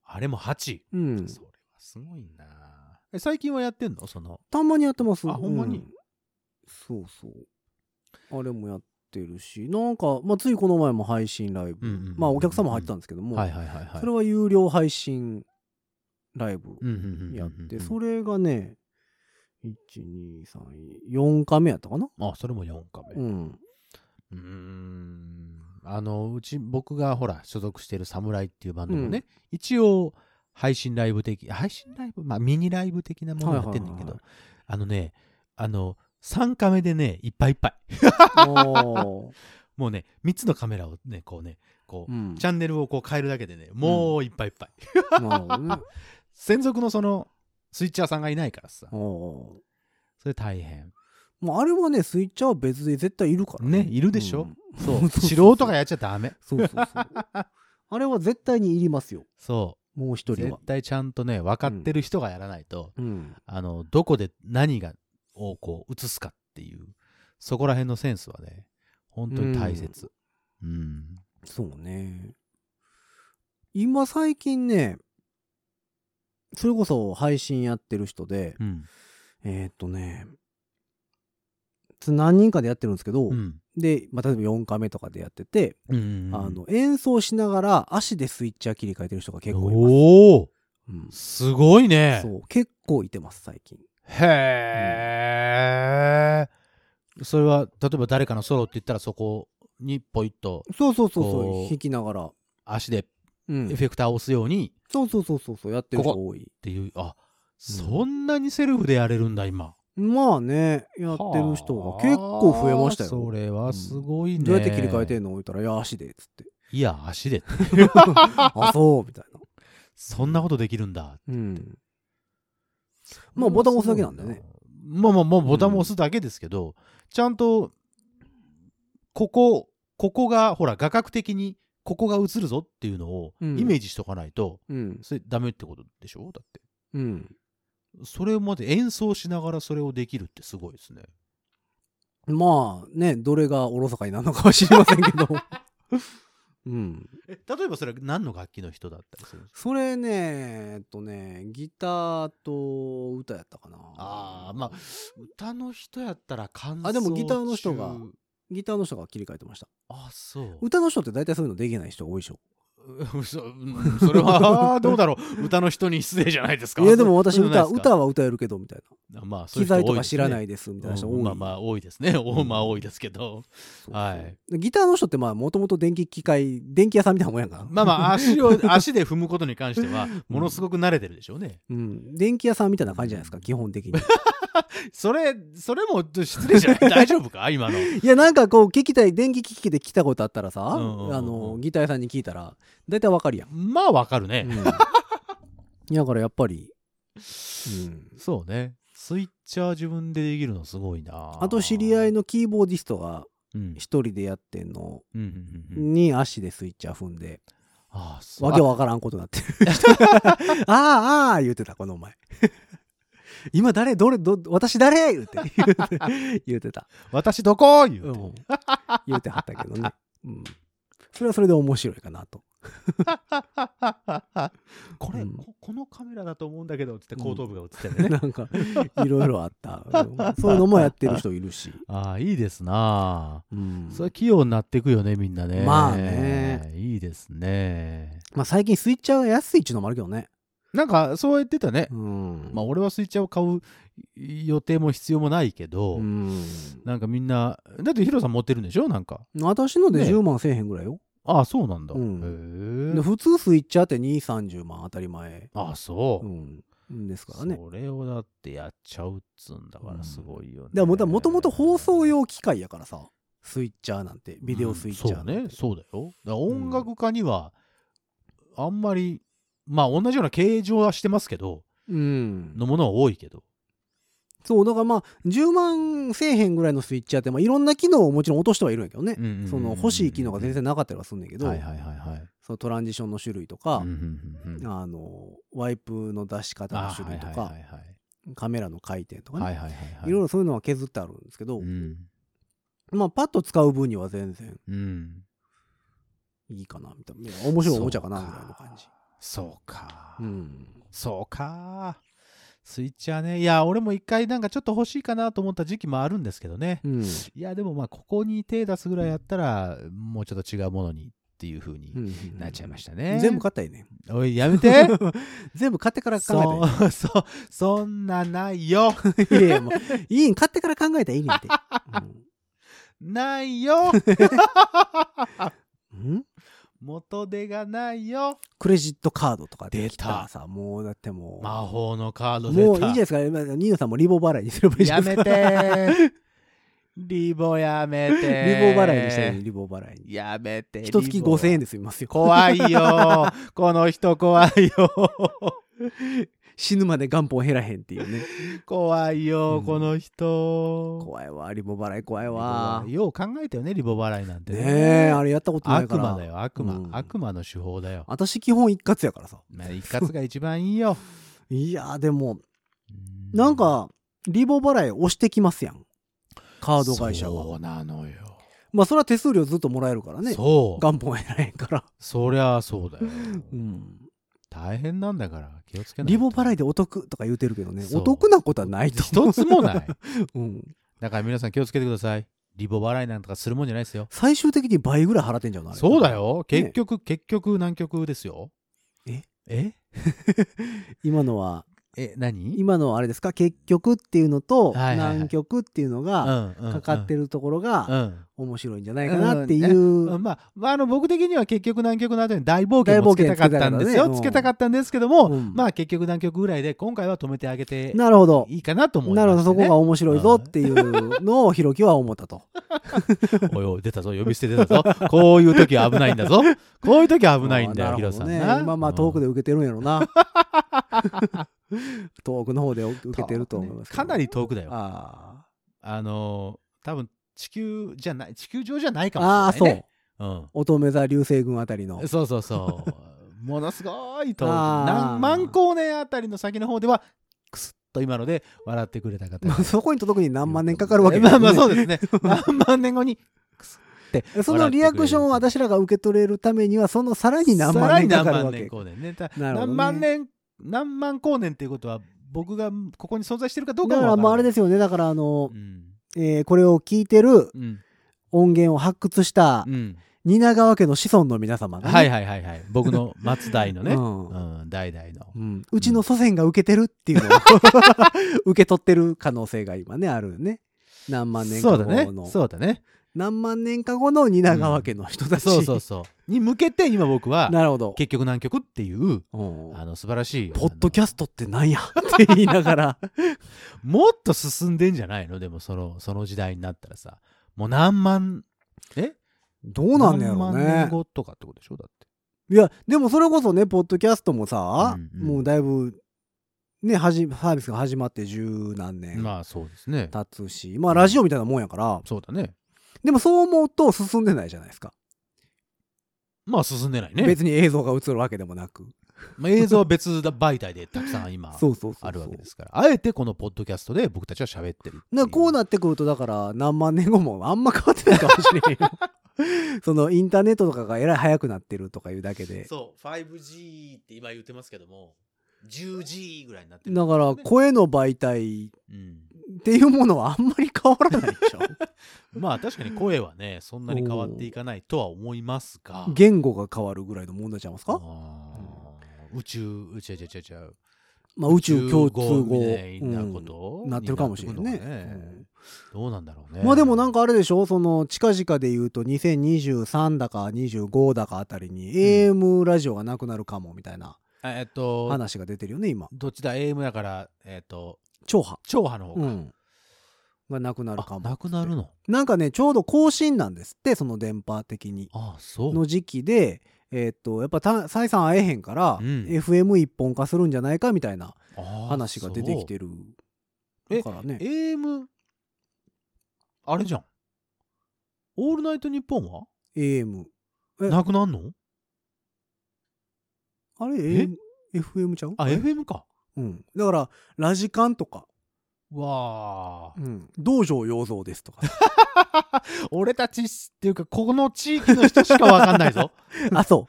Speaker 3: あれも8。
Speaker 2: ん
Speaker 3: それはすごいなえ最近はやってんのその、
Speaker 2: たまにやってます
Speaker 3: あほんまに
Speaker 2: うそうそうあれもやってるしなんか、まあ、ついこの前も配信ライブ、
Speaker 3: うんうんうんうん
Speaker 2: まあお客様入ってたんですけども、
Speaker 3: はいはいはいはい。
Speaker 2: それは有料配信ライブ
Speaker 3: うんうんうんうんうん
Speaker 2: やってそれがね1234回目やったかな
Speaker 3: あ、それも4回目。
Speaker 2: うん
Speaker 3: うーんあのうち僕がほら所属してる「サムライ」っていうバンドもね、一応配信ライブ的配信ライブまあミニライブ的なものやってんだ
Speaker 2: はいはいは
Speaker 3: け
Speaker 2: い
Speaker 3: ど
Speaker 2: は
Speaker 3: あのねあの3カメでねいっぱいいっぱい
Speaker 2: おー
Speaker 3: もうね3つのカメラをねこうねこう、
Speaker 2: うん
Speaker 3: チャンネルをこう変えるだけでねもういっぱいいっぱい、
Speaker 2: なるほどね
Speaker 3: 専属のそのスイッチャーさんがいないからさ
Speaker 2: おー
Speaker 3: それ大 変
Speaker 2: まあ、あれはね、スイッチャーは別で絶対いるからね。
Speaker 3: ねいるでしょ
Speaker 2: うん
Speaker 3: そう
Speaker 2: そう
Speaker 3: 素人がやっちゃダメ
Speaker 2: そうそう そう。あれは絶対にいりますよ。
Speaker 3: そ
Speaker 2: もう一人
Speaker 3: う絶
Speaker 2: は。
Speaker 3: 対ちゃんとね分かってる人がやらないと、
Speaker 2: うん。
Speaker 3: あの、どこで何が、をこう、映すかっていう、そこら辺のセンスはね、本当に大切。うん。
Speaker 2: そうね。今最近ね、それこそ配信やってる人で、
Speaker 3: うん。
Speaker 2: えーっとね、つ何人かでやってるんですけど、
Speaker 3: うん。
Speaker 2: で、まあ、例えば4回目とかでやってて、
Speaker 3: うん。
Speaker 2: あの、演奏しながら足でスイッチャー切り替えてる人が結構います。
Speaker 3: おお
Speaker 2: うん
Speaker 3: ーすごいね
Speaker 2: そう、結構いてます、最近。
Speaker 3: へえ、それは、例えば誰かのソロって言ったらそこにポイッと
Speaker 2: そうそうそうそ
Speaker 3: こ
Speaker 2: う
Speaker 3: う
Speaker 2: 弾きながら、
Speaker 3: 足で
Speaker 2: うん
Speaker 3: エフェクターを押すようにっ
Speaker 2: そうそうそうそうそうやってる
Speaker 3: こ
Speaker 2: 人
Speaker 3: こ
Speaker 2: 多い
Speaker 3: ていう、あ、そんなにセルフでやれるんだ、今。
Speaker 2: まあねやってる人が結構増えましたよ
Speaker 3: はあそれはすごいね。
Speaker 2: どうやって切り替えてんの言ったら「いや足で」っつっ て
Speaker 3: いや、足で。
Speaker 2: 「あそう」みたいな、
Speaker 3: そんなことできるんだ。
Speaker 2: うん、まあボタン押すだけなんだよね。
Speaker 3: まあまあまあボタンを押すだけですけど、ちゃんと、ここ、ここが、ほら、画角的に、ここが映るぞっていうのをイ
Speaker 2: うん
Speaker 3: メージしとかないと、
Speaker 2: うん
Speaker 3: それダメってことでしょだって。
Speaker 2: うん
Speaker 3: それまで演奏しながらそれをできるってすごいですね。
Speaker 2: まあねどれがおろそかになるのかは知りませんけ どうん
Speaker 3: え例えばそれは何の楽器の人だったりするんですか
Speaker 2: それねえっとねギターと歌やったかな
Speaker 3: ああ、まあ、歌の人やったら感想
Speaker 2: あでもギターの人が
Speaker 3: 中
Speaker 2: ギターの人が切り替えてました
Speaker 3: あ、そう。
Speaker 2: 歌の人って大体そういうのできない人が多いでしょ
Speaker 3: うそうんそれは どうだろう歌の人に失礼じゃないですか
Speaker 2: いやでも私歌
Speaker 3: そういうのないですか
Speaker 2: 歌は歌えるけどみたいな
Speaker 3: まあ、
Speaker 2: 機材とか知らないいですみたいな人多い、
Speaker 3: まあまあ多いですね、 おまあ多いですけど
Speaker 2: そうそう
Speaker 3: はい
Speaker 2: でギターの人ってまあもともと電気機械電気屋さんみたいなもんやんか
Speaker 3: まあまあ足を足で踏むことに関し てはものすごく慣れてるでしょうね、
Speaker 2: うん、電気屋さんみたいな感じじゃないですか基本的に
Speaker 3: それそれも失礼じゃ ない大丈夫か今の
Speaker 2: いやなんかこう聞きたい電気機器で聞いたことあったらさ、
Speaker 3: うんうんうんうん
Speaker 2: あのギター屋さんに聞いたら大体わかるやん、
Speaker 3: まあわかる
Speaker 2: う
Speaker 3: ね、
Speaker 2: ん、 だからやっぱり、うん、
Speaker 3: そうねスイッチャー自分でできるのすごいな
Speaker 2: あと知り合い
Speaker 3: の、
Speaker 2: のキーボーディストが
Speaker 3: うん
Speaker 2: 一人でやってんの
Speaker 3: うんうんうんうん
Speaker 2: に足でスイッチャー踏んで
Speaker 3: ああそう
Speaker 2: わけわからんことになってる。 ああ、ああ、言うてた、この前。今誰どれど私誰言うて 言うて言うてた、
Speaker 3: 私どこ言うて、
Speaker 2: うん、言うてはったけどね、うん、それはそれで面白いかなと
Speaker 3: これ、
Speaker 2: うん
Speaker 3: ここのカメラだと思うんだけどっつって
Speaker 2: うん
Speaker 3: 後頭部が映ってるね、
Speaker 2: なんかいろいろあったそういうのもやってる人いるし、
Speaker 3: ああいいですなあ
Speaker 2: うん
Speaker 3: それは器用になっていくよねみんなね
Speaker 2: まあね
Speaker 3: いいですね
Speaker 2: まあ、最近スイッチャーが安いっちゅうのもあるけどね、
Speaker 3: なんかそう言ってたね
Speaker 2: う、ん
Speaker 3: まあ俺はスイッチャーを買う予定も必要もないけど、
Speaker 2: うん
Speaker 3: なんかみんなだってヒロさん持ってるんでしょなんか
Speaker 2: 私ので
Speaker 3: ね
Speaker 2: 10万せえへんぐらいよ、
Speaker 3: ああそうなんだ、
Speaker 2: う
Speaker 3: へ
Speaker 2: で
Speaker 3: え
Speaker 2: 普通スイッチャーって2 3 0万当たり前、
Speaker 3: ああそうう、
Speaker 2: ん、ですからね
Speaker 3: それをだってやっちゃうっつうんだからすごいよね、
Speaker 2: でもだからもともと放送用機械やからさスイッチャーなんてビデオスイッチャーなんて、
Speaker 3: うんそうねそうだよだから音楽家にはあんまり、まあ同じような形状はしてますけど
Speaker 2: うん
Speaker 3: のものは多いけど
Speaker 2: そうだからまあ10万せえへんぐらいのスイッチャーって、まあ、いろんな機能をもちろん落としてはいるんやけどね、
Speaker 3: うんうんうんうん
Speaker 2: その欲しい機能が全然なかったりはするんだけど、
Speaker 3: はいはいはいはい
Speaker 2: そのトランジションの種類とか
Speaker 3: うん、うんうんうん
Speaker 2: あのワイプの出し方の
Speaker 3: あ
Speaker 2: 種類とか、
Speaker 3: はいはい
Speaker 2: カメラの回転とかね、
Speaker 3: はいはい
Speaker 2: い
Speaker 3: はいはいはい
Speaker 2: ろいろそういうのは削ってあるんですけど、
Speaker 3: うん
Speaker 2: まあパッと使う分には全然
Speaker 3: うん。
Speaker 2: いいかなみたいないや面白いおもちゃかな
Speaker 3: そう
Speaker 2: みた
Speaker 3: か
Speaker 2: いな感じ
Speaker 3: そうか。
Speaker 2: うん
Speaker 3: そうか。スイッチはね、いや、俺も一回なんかちょっと欲しいかなと思った時期もあるんですけどね。
Speaker 2: うん
Speaker 3: いや、でもまあ、ここに手出すぐらいやったら、もうちょっと違うものにっていう風
Speaker 2: う
Speaker 3: に
Speaker 2: ん
Speaker 3: なっちゃいましたね。
Speaker 2: 全部買ったらいいね
Speaker 3: おい、やめ て
Speaker 2: 全部買ってから考えたらいい
Speaker 3: そ
Speaker 2: ね
Speaker 3: う、そう、そんなな いよ
Speaker 2: いやいやもういいん買ってから考えたらいいねん て、
Speaker 3: ないよ
Speaker 2: うんん
Speaker 3: 元手がないよ
Speaker 2: クレジットカードとかできた
Speaker 3: 出た
Speaker 2: らさもうだってもう
Speaker 3: 魔法のカード出た
Speaker 2: もういいじゃないですかまあニーノさんもリボ払いにすればいいじゃ
Speaker 3: や
Speaker 2: ない
Speaker 3: め
Speaker 2: ですか
Speaker 3: て リボやめて
Speaker 2: リボ払いにしたいのにリボ払いに
Speaker 3: やめて
Speaker 2: 一月
Speaker 3: リボは
Speaker 2: 5000円で済みますよ
Speaker 3: 怖い よこの人怖いよ
Speaker 2: 死ぬまで元本減らへんっていうね
Speaker 3: 怖いよ、
Speaker 2: うん
Speaker 3: この人
Speaker 2: 怖いわリボ払い怖いわ
Speaker 3: リボ払いよう考えたよねリボ払いなんて
Speaker 2: ねえあれやったことない
Speaker 3: 悪
Speaker 2: から
Speaker 3: 魔だよ悪魔、
Speaker 2: うん
Speaker 3: 悪魔の手法だよ、
Speaker 2: 私基本一括やからさ
Speaker 3: まあ、一括が一番いいよ
Speaker 2: いやーでも
Speaker 3: う
Speaker 2: なんかリボ払い押してきますやんカード会社
Speaker 3: そ
Speaker 2: が
Speaker 3: うなのよ、
Speaker 2: まあそれは手数料ずっともらえるからね
Speaker 3: そう
Speaker 2: 元本減らへんから、
Speaker 3: そりゃそうだよ
Speaker 2: うん、
Speaker 3: 大変なんだから気をつけないと
Speaker 2: リボ払いでお得とか言うてるけどね
Speaker 3: そう
Speaker 2: お得なことはないと思う
Speaker 3: 一つもない、
Speaker 2: うん、
Speaker 3: だから皆さん気をつけてくださいリボ払いなんとかするもんじゃないですよ
Speaker 2: 最終的に倍ぐらい払ってんじゃんあれ
Speaker 3: そうだよ結局、結局南極ですよ
Speaker 2: え
Speaker 3: え
Speaker 2: 今のは
Speaker 3: え何
Speaker 2: 今のはあれですか結局っていうのと
Speaker 3: はいはいはい
Speaker 2: 南極っていうのがか
Speaker 3: か
Speaker 2: かって
Speaker 3: る
Speaker 2: るところ
Speaker 3: う
Speaker 2: が
Speaker 3: ん
Speaker 2: 面白いんじゃないかなってい
Speaker 3: うん
Speaker 2: う
Speaker 3: まあ、まあ、あの僕的には結局南極の後に大冒険もつけたかったんですよ
Speaker 2: 大冒険
Speaker 3: つ
Speaker 2: つけ
Speaker 3: けた
Speaker 2: た
Speaker 3: か
Speaker 2: か
Speaker 3: ったんですけども、
Speaker 2: うん
Speaker 3: まあ結局南極ぐらいで今回は止めてあげて
Speaker 2: なるほど
Speaker 3: いいかなと思いま
Speaker 2: な
Speaker 3: す、
Speaker 2: る
Speaker 3: ね、
Speaker 2: ほどそこが面白いぞっていうのをひろきは思ったと
Speaker 3: おいおい、出たぞ、呼び捨て出たぞ。こういう時は危ないんだぞ。こういう時は危ないんだ
Speaker 2: あ
Speaker 3: よ、
Speaker 2: ー
Speaker 3: ヒロさん
Speaker 2: なるほ
Speaker 3: な。
Speaker 2: どねまあまあ遠くで受けてるんやろ な遠くの方で受けてると思いますけど
Speaker 3: かなり遠くだよ。
Speaker 2: あ
Speaker 3: あのー、多分地球じゃない、地球上じゃない
Speaker 2: ー
Speaker 3: か
Speaker 2: あ
Speaker 3: も
Speaker 2: ー
Speaker 3: し
Speaker 2: そ
Speaker 3: れないうね。そ
Speaker 2: 乙女座流星群あたりの
Speaker 3: うん。そうそうそう。 ものすごい遠く。
Speaker 2: あー
Speaker 3: 何万光年あたりの先の方では、くすっと今ので笑ってくれた方
Speaker 2: ま
Speaker 3: が
Speaker 2: あ。そこに届くに何万年かかるわけ
Speaker 3: まあまあそう
Speaker 2: う
Speaker 3: ですね。何万年後に、
Speaker 2: そのリアクションを私らが受け取れるためにはそのさらに何
Speaker 3: さ
Speaker 2: 万
Speaker 3: らに
Speaker 2: 年か
Speaker 3: 何
Speaker 2: かるわ
Speaker 3: 万
Speaker 2: け
Speaker 3: 年光年ね。た
Speaker 2: なるほどね
Speaker 3: 何万年、何万光年っていうことは、僕がここに存在してるかどうか
Speaker 2: だ
Speaker 3: も
Speaker 2: から
Speaker 3: わ
Speaker 2: もうあ
Speaker 3: ら
Speaker 2: れ
Speaker 3: ない
Speaker 2: ですよねだからあの
Speaker 3: う、ん
Speaker 2: えーこれを聞いてる
Speaker 3: うん
Speaker 2: 音源を発掘した
Speaker 3: うん
Speaker 2: 蜷川家の子孫の皆様がね、
Speaker 3: はいはいはいはい僕の松代のね、
Speaker 2: う
Speaker 3: うんん代々の
Speaker 2: うん、うちの祖先が受けてるっていうのを 受け取ってる可能性が今ねあるよね何万年
Speaker 3: そ
Speaker 2: か
Speaker 3: うだ
Speaker 2: 後
Speaker 3: ね
Speaker 2: の、
Speaker 3: そうだね
Speaker 2: 何万年か後の蜷川家の人たち、
Speaker 3: そうそうそうに向けて今僕は
Speaker 2: なるほど、
Speaker 3: 結局南極っていう
Speaker 2: うん
Speaker 3: あの素晴らしい
Speaker 2: ポッドキャストってなんやって言いながら
Speaker 3: あのもっと進んでんじゃないのでもそのその時代になったらさもう何万え
Speaker 2: どうなんねや
Speaker 3: 何
Speaker 2: ろう
Speaker 3: 万
Speaker 2: ね
Speaker 3: 年後とかってことでしょだって
Speaker 2: いやでもそれこそねポッドキャストもさ、
Speaker 3: うんうん
Speaker 2: もうだいぶねはじサービスが始まって十何年
Speaker 3: まあそうですね
Speaker 2: 経つし、まあラジオみたいなもんやから
Speaker 3: そうだね
Speaker 2: でもそう思うと進んでないじゃないですか、
Speaker 3: まあ進んでないね、
Speaker 2: 別に映像が映るわけでもなく
Speaker 3: まあ、映像は別媒体でたくさん今
Speaker 2: そうそうそうそう
Speaker 3: あるわけですからあえてこのポッドキャストで僕たちは喋ってるってい
Speaker 2: だからこうなってくるとだから何万年後もあんま変わってないかもしれん よそのインターネットとかがえらい早くなってるとかいうだけで
Speaker 3: そう 5G って今言ってますけども 10G ぐらいになってる
Speaker 2: だから声の媒体
Speaker 3: うん、
Speaker 2: っていうものはあんまり変わらないでしょ
Speaker 3: ま あ確かに声はねそんなに変わっていかないとは思いますが
Speaker 2: 言語が変わるぐらいの問題ちゃいます
Speaker 3: あ
Speaker 2: か、
Speaker 3: ー宇宙宇宙違う違う違う
Speaker 2: まあ、宇宙共通語
Speaker 3: みたいなこと、
Speaker 2: うんなってるかもしれんね
Speaker 3: になってくるのかねどうなんだろうね
Speaker 2: まあでもなんかあれでしょその近々で言うと2023だか25だかあたりに AM ラジオがなくなるかもみたいな
Speaker 3: あえっと
Speaker 2: 話が出てるよね今
Speaker 3: どっちだ AM だからえっと
Speaker 2: 超波
Speaker 3: 超波の方
Speaker 2: う
Speaker 3: が、
Speaker 2: んがなくなるか
Speaker 3: あ
Speaker 2: も
Speaker 3: なくなるの
Speaker 2: なんかねちょうど更新なんですってその電波的に
Speaker 3: ああそう
Speaker 2: の時期でえーっとやっぱた採算合えへんから、
Speaker 3: うん
Speaker 2: FM 一本化するんじゃないかみたいな
Speaker 3: あー
Speaker 2: 話が出てきてる
Speaker 3: そう
Speaker 2: だからね
Speaker 3: AM あれじゃん「オールナイトニッポン」は
Speaker 2: AM え
Speaker 3: なくなんの
Speaker 2: あれ AM FM ちゃう
Speaker 3: あ FM か
Speaker 2: うんだからラジカンとか
Speaker 3: わあ
Speaker 2: う。ん、道場養蔵です とかさ
Speaker 3: 俺たちっていうか、この地域の人しかわかんないぞ。
Speaker 2: あ そ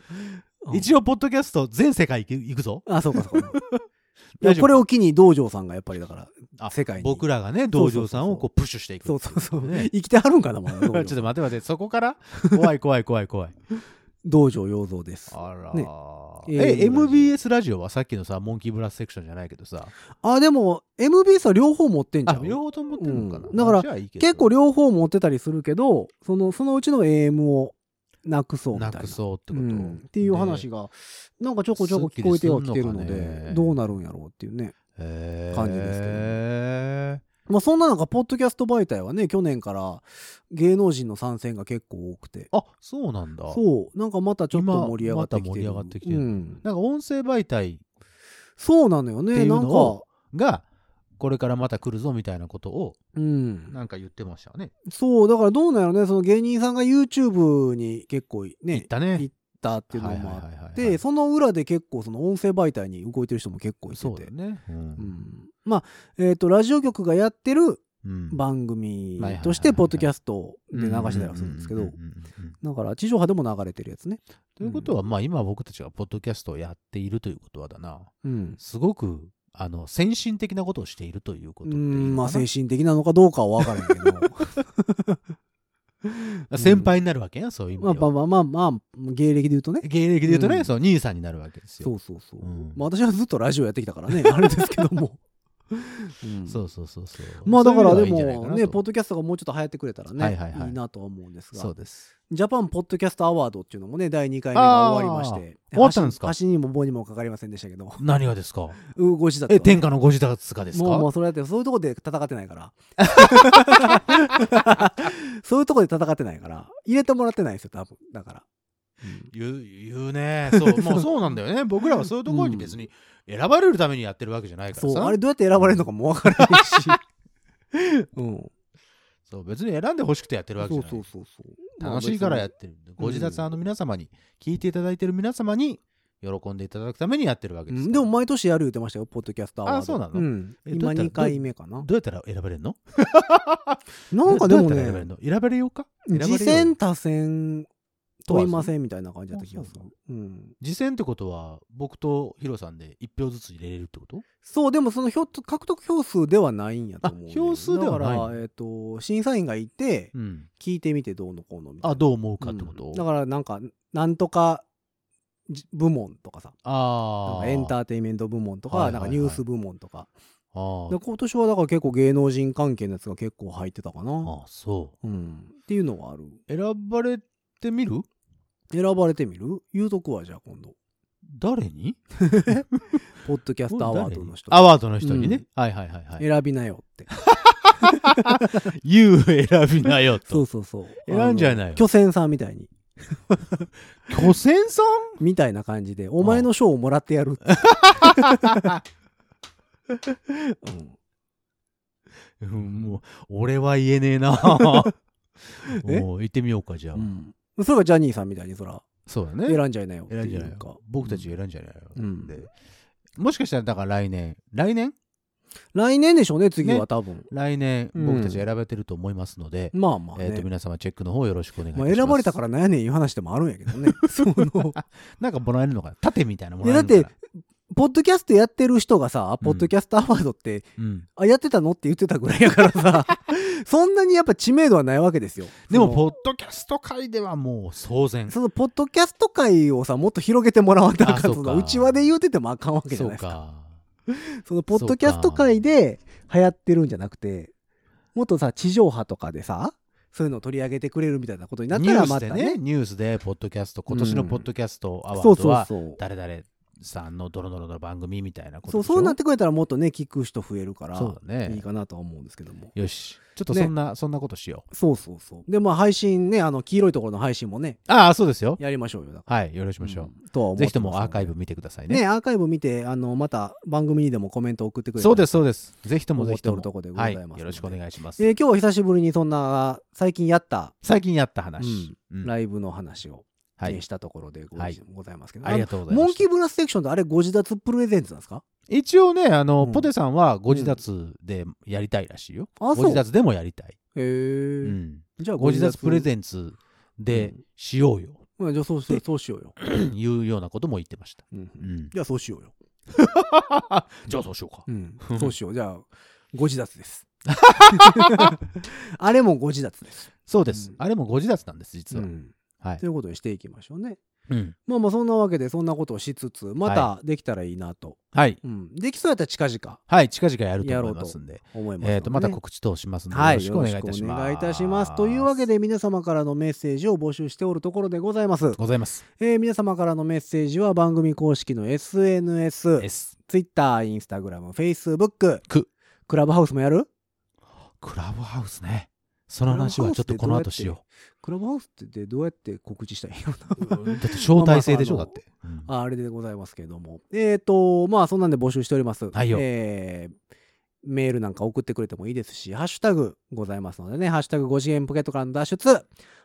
Speaker 2: う、
Speaker 3: 一応、ポッドキャスト全世界行く行くぞ。
Speaker 2: 応あそうか そうかい
Speaker 3: 大
Speaker 2: や
Speaker 3: 丈夫
Speaker 2: これを機に道場さんがやっぱりだから
Speaker 3: あ
Speaker 2: 世界に
Speaker 3: 僕らがね、
Speaker 2: そ
Speaker 3: 道
Speaker 2: うそうそうそう
Speaker 3: 場さんをこうプッシュしていく。
Speaker 2: そうそうそう、
Speaker 3: ね
Speaker 2: 生きてはるんかなも
Speaker 3: ちょっと
Speaker 2: う
Speaker 3: 待って待って、そこから怖い怖い怖い怖い。
Speaker 2: 道場養蔵です
Speaker 3: あら、
Speaker 2: ねえ
Speaker 3: え、
Speaker 2: ー
Speaker 3: MBS ラジオはさっきのさ、モンキーブラスセクションじゃないけどさ、
Speaker 2: あでも MBS は両方持ってんじゃ
Speaker 3: あ
Speaker 2: ん、
Speaker 3: 両方とも持ってるのかな、
Speaker 2: うんだから
Speaker 3: じゃあいいけど
Speaker 2: 結構両方持ってたりするけどそのそのうちの AM をなくそうみたい
Speaker 3: な
Speaker 2: な
Speaker 3: くそうってこと、
Speaker 2: うんっていう話
Speaker 3: ね。
Speaker 2: がなんかちょこちょこ聞こえてはきてるの
Speaker 3: すっきりすんのか
Speaker 2: で
Speaker 3: ね
Speaker 2: どうなるんやろうっていうね
Speaker 3: へー
Speaker 2: 感じですけどまあそんな中ポッドキャスト媒体はね去年から芸能人の参戦が結構多くて
Speaker 3: あ、そうなんだ。
Speaker 2: そうなんかまたちょっと盛り上がってきてる
Speaker 3: 今また盛り上がってきてる
Speaker 2: うん
Speaker 3: なんか音声媒体
Speaker 2: そうなのよ
Speaker 3: ってい
Speaker 2: ね
Speaker 3: う
Speaker 2: なん
Speaker 3: のを
Speaker 2: か
Speaker 3: が、これからまた来るぞみたいなことを、
Speaker 2: うん
Speaker 3: なんか言ってましたよね。
Speaker 2: そうだからどうなんやろねその芸人さんが YouTube に結構
Speaker 3: 言っ
Speaker 2: ね行
Speaker 3: たね。
Speaker 2: 行ったっていうのもあ
Speaker 3: はいはいはいは
Speaker 2: っ
Speaker 3: いはい
Speaker 2: てその裏で結構その音声媒体に動いてる人も結構いて
Speaker 3: そう
Speaker 2: て
Speaker 3: だよね。うん
Speaker 2: うんまあえっとラジオ局がやってる
Speaker 3: うん
Speaker 2: 番組
Speaker 3: はいはいはいはい
Speaker 2: としてポッドキャストで流したりはするんですけ
Speaker 3: う
Speaker 2: ど
Speaker 3: ううんう
Speaker 2: だ
Speaker 3: ん
Speaker 2: から地上波でも流れてるやつね、
Speaker 3: ということは、まあ今僕たちがポッドキャストをやっているということはだな、
Speaker 2: うん
Speaker 3: すごく、あの、先進的なことをしているということっていうのかな
Speaker 2: まあ精神的なのかどうかは分からんけど
Speaker 3: 先輩になるわけや、そういう意味
Speaker 2: まあ
Speaker 3: では
Speaker 2: まあまあまあ、まあ、芸歴で言うとね
Speaker 3: 芸歴で言うとね、
Speaker 2: うん
Speaker 3: その兄さんになるわけですよ。
Speaker 2: そうそうそう、
Speaker 3: うん
Speaker 2: まあ、私はずっとラジオやってきたからねあれですけど も、うん
Speaker 3: そうそうそうそう。
Speaker 2: まあだから
Speaker 3: そう
Speaker 2: で
Speaker 3: いうのがいいんじゃないか
Speaker 2: も
Speaker 3: なと
Speaker 2: ねポッドキャストがもうちょっと流行ってくれたらね、
Speaker 3: はい
Speaker 2: い
Speaker 3: はい
Speaker 2: い
Speaker 3: はい
Speaker 2: なとは思うんです
Speaker 3: そう
Speaker 2: が
Speaker 3: です。
Speaker 2: ジャパンポッドキャストアワードっていうのもね第2回目が終わりまして
Speaker 3: あー終わったんですか
Speaker 2: 橋橋にも棒にもかかりませんでしたけど
Speaker 3: 何がですか
Speaker 2: うご自宅
Speaker 3: え、天下のご自宅かですか
Speaker 2: もうもうそれだってそういうとこで戦ってないから そういうとこで戦ってないから入れてもらってないですよ多分だから、
Speaker 3: 言う言うねそう もうそうなんだよね僕らはそういうところに別に選ばれるためにやってるわけじゃないから
Speaker 2: そう
Speaker 3: さ
Speaker 2: あれどうやって選ばれるのかもわから ないし、うん、
Speaker 3: そう別に選んでほしくてやってる
Speaker 2: そ
Speaker 3: わ
Speaker 2: う
Speaker 3: けじゃない
Speaker 2: そうそうそう
Speaker 3: 楽しいからや
Speaker 2: っ
Speaker 3: ってるご自宅さんの皆様に、聞いていただいてる皆様に喜んでいただくためにやってるわけ
Speaker 2: う
Speaker 3: です
Speaker 2: ん
Speaker 3: か
Speaker 2: で
Speaker 3: ら
Speaker 2: も毎年やる言ってましたよポッドキャストアワード
Speaker 3: あそうなの
Speaker 2: ん
Speaker 3: え
Speaker 2: 今
Speaker 3: どうやったら
Speaker 2: 2回目かな
Speaker 3: どうやったら選ばれるの
Speaker 2: なんかでも
Speaker 3: どうやったら選ば
Speaker 2: ね
Speaker 3: れるの選ばれようか選ばれよう
Speaker 2: 次戦多戦問いま
Speaker 3: ん
Speaker 2: せんみたいな感じだった気がする
Speaker 3: あそ
Speaker 2: うん
Speaker 3: 次戦ってことは僕とヒロさんで1票ずつ入れれるってこと
Speaker 2: そうでもその票と獲得票数ではないんやと思うね、
Speaker 3: あ票数ではない
Speaker 2: だから、えっと審査員がいて
Speaker 3: うん
Speaker 2: 聞いてみてどうのこうのみたいな
Speaker 3: あどう思うかってこと、
Speaker 2: うんだからなんかなんとかじ部門とかさなん
Speaker 3: あ
Speaker 2: か
Speaker 3: あ
Speaker 2: エン
Speaker 3: ー
Speaker 2: ターテインメント部門とか、
Speaker 3: はいはいはい
Speaker 2: なんかニュース部門とか
Speaker 3: あ
Speaker 2: で
Speaker 3: ー
Speaker 2: 今年はだから結構芸能人関係のやつが結構入ってたかな、
Speaker 3: あーそう
Speaker 2: うん、っていうのはある
Speaker 3: 選ばれてみる
Speaker 2: 選ばれてみる言うとくわじゃあ今度
Speaker 3: 誰に
Speaker 2: ポッドキャストアワードの人
Speaker 3: アワードの人にね、
Speaker 2: うん
Speaker 3: はいはいはいはい
Speaker 2: 選びなよって
Speaker 3: 「You 選びなよ」
Speaker 2: そ
Speaker 3: と
Speaker 2: うそうそう
Speaker 3: 選んじゃいなよ
Speaker 2: あの巨船さんみたいに
Speaker 3: 巨船さん
Speaker 2: みたいな感じで、お前の賞をもらってやるって。
Speaker 3: うんもう俺は言えねえな
Speaker 2: え
Speaker 3: もう行ってみようかじゃあ、
Speaker 2: うん。それがジャニーさんみたいに、そら、
Speaker 3: そうだね
Speaker 2: 選んじゃいなよって
Speaker 3: 選んじ
Speaker 2: い
Speaker 3: ゃないう
Speaker 2: か
Speaker 3: よ。僕たち選んじゃいないよ、
Speaker 2: うん
Speaker 3: でもしかしたらだから来年来年
Speaker 2: 来年でしょうね、次は多分。
Speaker 3: 来年
Speaker 2: うん
Speaker 3: 僕たち選ばれてると思いますので、
Speaker 2: まあまあ
Speaker 3: えー、と
Speaker 2: ね。
Speaker 3: 皆様チェックの方よろしくお願いいたし
Speaker 2: ま
Speaker 3: ま
Speaker 2: あ、
Speaker 3: す、
Speaker 2: 選ばれたからなんやねんいう話でもあるんやけど ね。その、
Speaker 3: なんかもらえるのかな盾みたいなも
Speaker 2: いや
Speaker 3: らえ
Speaker 2: だ
Speaker 3: る
Speaker 2: っ
Speaker 3: のかな
Speaker 2: て、ポッドキャストやってる人がさ、
Speaker 3: うん
Speaker 2: ポッドキャストアワードって、
Speaker 3: うん、
Speaker 2: あ、やってたのって言ってたぐらいやから さ、そんなにやっぱ知名度はないわけですよ。
Speaker 3: でも
Speaker 2: その、
Speaker 3: ポッドキャスト界ではもう騒然
Speaker 2: そのポッドキャスト界をさ、もっと広げてもらわなあ
Speaker 3: あ
Speaker 2: かん
Speaker 3: そう
Speaker 2: と
Speaker 3: か
Speaker 2: そのうちわで言うててもあかんわけじゃ
Speaker 3: そ
Speaker 2: ないうですか。
Speaker 3: か
Speaker 2: そのポッドキャスト界で流行ってるんじゃなくてもっとさ地上波とかでさそういうのを取り上げてくれるみたいなことになっ
Speaker 3: ニ
Speaker 2: た
Speaker 3: ュ
Speaker 2: ら
Speaker 3: ース
Speaker 2: また
Speaker 3: で
Speaker 2: ね
Speaker 3: ねニュースでポッドキャスト今年のポッドキャストアワ
Speaker 2: そう
Speaker 3: ード
Speaker 2: そう
Speaker 3: は
Speaker 2: そう
Speaker 3: 誰々さんのドロドロの番組みたいなこと
Speaker 2: そう
Speaker 3: でしょ
Speaker 2: そうなってくれたらもっとね聞く人増えるから
Speaker 3: そうだね
Speaker 2: いいかなとは思うんですけども
Speaker 3: よしちょっと
Speaker 2: ね
Speaker 3: そんな、そんなことしよう
Speaker 2: そうそうそうでまあ配信ねあの黄色いところの配信もね
Speaker 3: ああそうですよ
Speaker 2: やりましょうよだか
Speaker 3: はいよろしくお
Speaker 2: ら
Speaker 3: 願いしましょう、
Speaker 2: うんとは思って
Speaker 3: ぜひともアーカイブ
Speaker 2: ま
Speaker 3: 見てください
Speaker 2: す
Speaker 3: ね
Speaker 2: ねねアーカイブ見てあのまた番組にでもコメント送ってくれ
Speaker 3: そうですすそうですぜひともぜ
Speaker 2: 思っ
Speaker 3: ひ
Speaker 2: て
Speaker 3: と
Speaker 2: お
Speaker 3: も
Speaker 2: るとこでござ
Speaker 3: はいい
Speaker 2: ますので
Speaker 3: よろしくお願いします、
Speaker 2: えー今日は久しぶりにそんな最近やった
Speaker 3: 最近やった話、
Speaker 2: ライブの話を
Speaker 3: は
Speaker 2: ね
Speaker 3: い。
Speaker 2: したところでご,、
Speaker 3: はい
Speaker 2: ございますけど、
Speaker 3: ありがとうございます。
Speaker 2: モンキーブラスセクションってあれご自立プレゼンツなんですか
Speaker 3: 一応ね、あの、
Speaker 2: うん
Speaker 3: ポテさんはご自立でやりたいらしいよ。
Speaker 2: あそう
Speaker 3: ご自立でもやりたい。
Speaker 2: へえ、
Speaker 3: うん。
Speaker 2: じゃあ
Speaker 3: ご自立プレ
Speaker 2: ン
Speaker 3: ゼンツでしようよ、
Speaker 2: ツじゃあそうそうそうしようよ、
Speaker 3: いうようなことも言ってました。
Speaker 2: うん
Speaker 3: うん。
Speaker 2: じゃあそうしようよ、
Speaker 3: じゃあそうしようか。
Speaker 2: うん、そうしようじゃあご自立ですあれもご自立です、
Speaker 3: そうです、
Speaker 2: うん
Speaker 3: あれもご自立なんです、実
Speaker 2: う
Speaker 3: は。
Speaker 2: ん、
Speaker 3: はい
Speaker 2: と。いうことにしていきましょうね
Speaker 3: うん
Speaker 2: まあまあそんなわけでそんなことをしつつまたできたらいいなと、
Speaker 3: はい。
Speaker 2: うん、できそうやったら近々
Speaker 3: はい。近々やると思いますんで。
Speaker 2: 思いますのでね、
Speaker 3: えっ、と、また告知等しますので、
Speaker 2: はい、
Speaker 3: よろしくお願いいたします。
Speaker 2: よろくお願いいたしますというわけ
Speaker 3: で。
Speaker 2: で皆様からのメッセージを募集しておるところでございます。
Speaker 3: ございます。
Speaker 2: えー皆様からのメッセージは番組公式の SNS、
Speaker 3: S。
Speaker 2: Twitter、Instagram、Facebook、
Speaker 3: く
Speaker 2: クラブハウスもやる
Speaker 3: クラブハウスね。その話はちょっとこの後しよ
Speaker 2: クラブハウスってどうやって告知したらいいの
Speaker 3: う。だって招待制でしょ、
Speaker 2: まあ
Speaker 3: だ
Speaker 2: ま
Speaker 3: って。うん
Speaker 2: ああれでございますけれども。えっ、と、まあそんなんで募集しております。
Speaker 3: はいよ
Speaker 2: えーメールなんか送ってくれてもいいですし、ハッシュタグございますのでね、ハッシュタグ5次元ポケットからの脱出、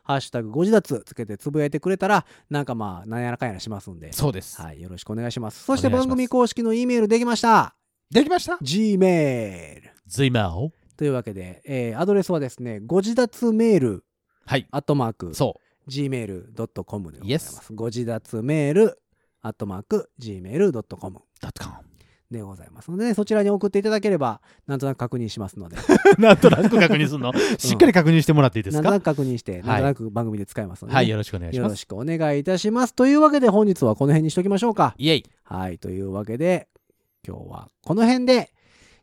Speaker 2: ハッシュタグ5次脱つけてつぶやいてくれたら、なんかまあ、なんやらかんやらしますんで、
Speaker 3: そうです。
Speaker 2: はい、よろしくお願いします。そして
Speaker 3: お願い
Speaker 2: 番
Speaker 3: します
Speaker 2: 組公式の E メールできました。
Speaker 3: できました
Speaker 2: Gmail。
Speaker 3: ズイマーを
Speaker 2: というわけで、えーアドレスはですね、ご自脱メール、
Speaker 3: はい。
Speaker 2: アットマーク、
Speaker 3: そ
Speaker 2: gmail.com でございます。ご自立メール、アットマーク、gmail.com
Speaker 3: う。dot com
Speaker 2: でございますので、そちらに送っていただければ、なんとなく確認しますので、
Speaker 3: なんとなく確認する の。しっかり確認してもらっていいで
Speaker 2: な
Speaker 3: す
Speaker 2: んと
Speaker 3: か
Speaker 2: なく確認して、
Speaker 3: い
Speaker 2: なんとなく番組で使いますのでね、
Speaker 3: はい、よろしくお願いし
Speaker 2: よ
Speaker 3: ま
Speaker 2: ろ
Speaker 3: す。
Speaker 2: しくお願いいたします。というわけで、本日はこの辺にしときましょうか。
Speaker 3: イエイ。
Speaker 2: はい、というわけで、今日はこの辺で、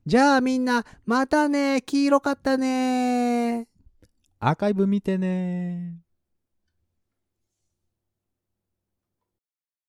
Speaker 2: じゃあみんな、またね、黄色かったね
Speaker 3: アーカイブ見てねー。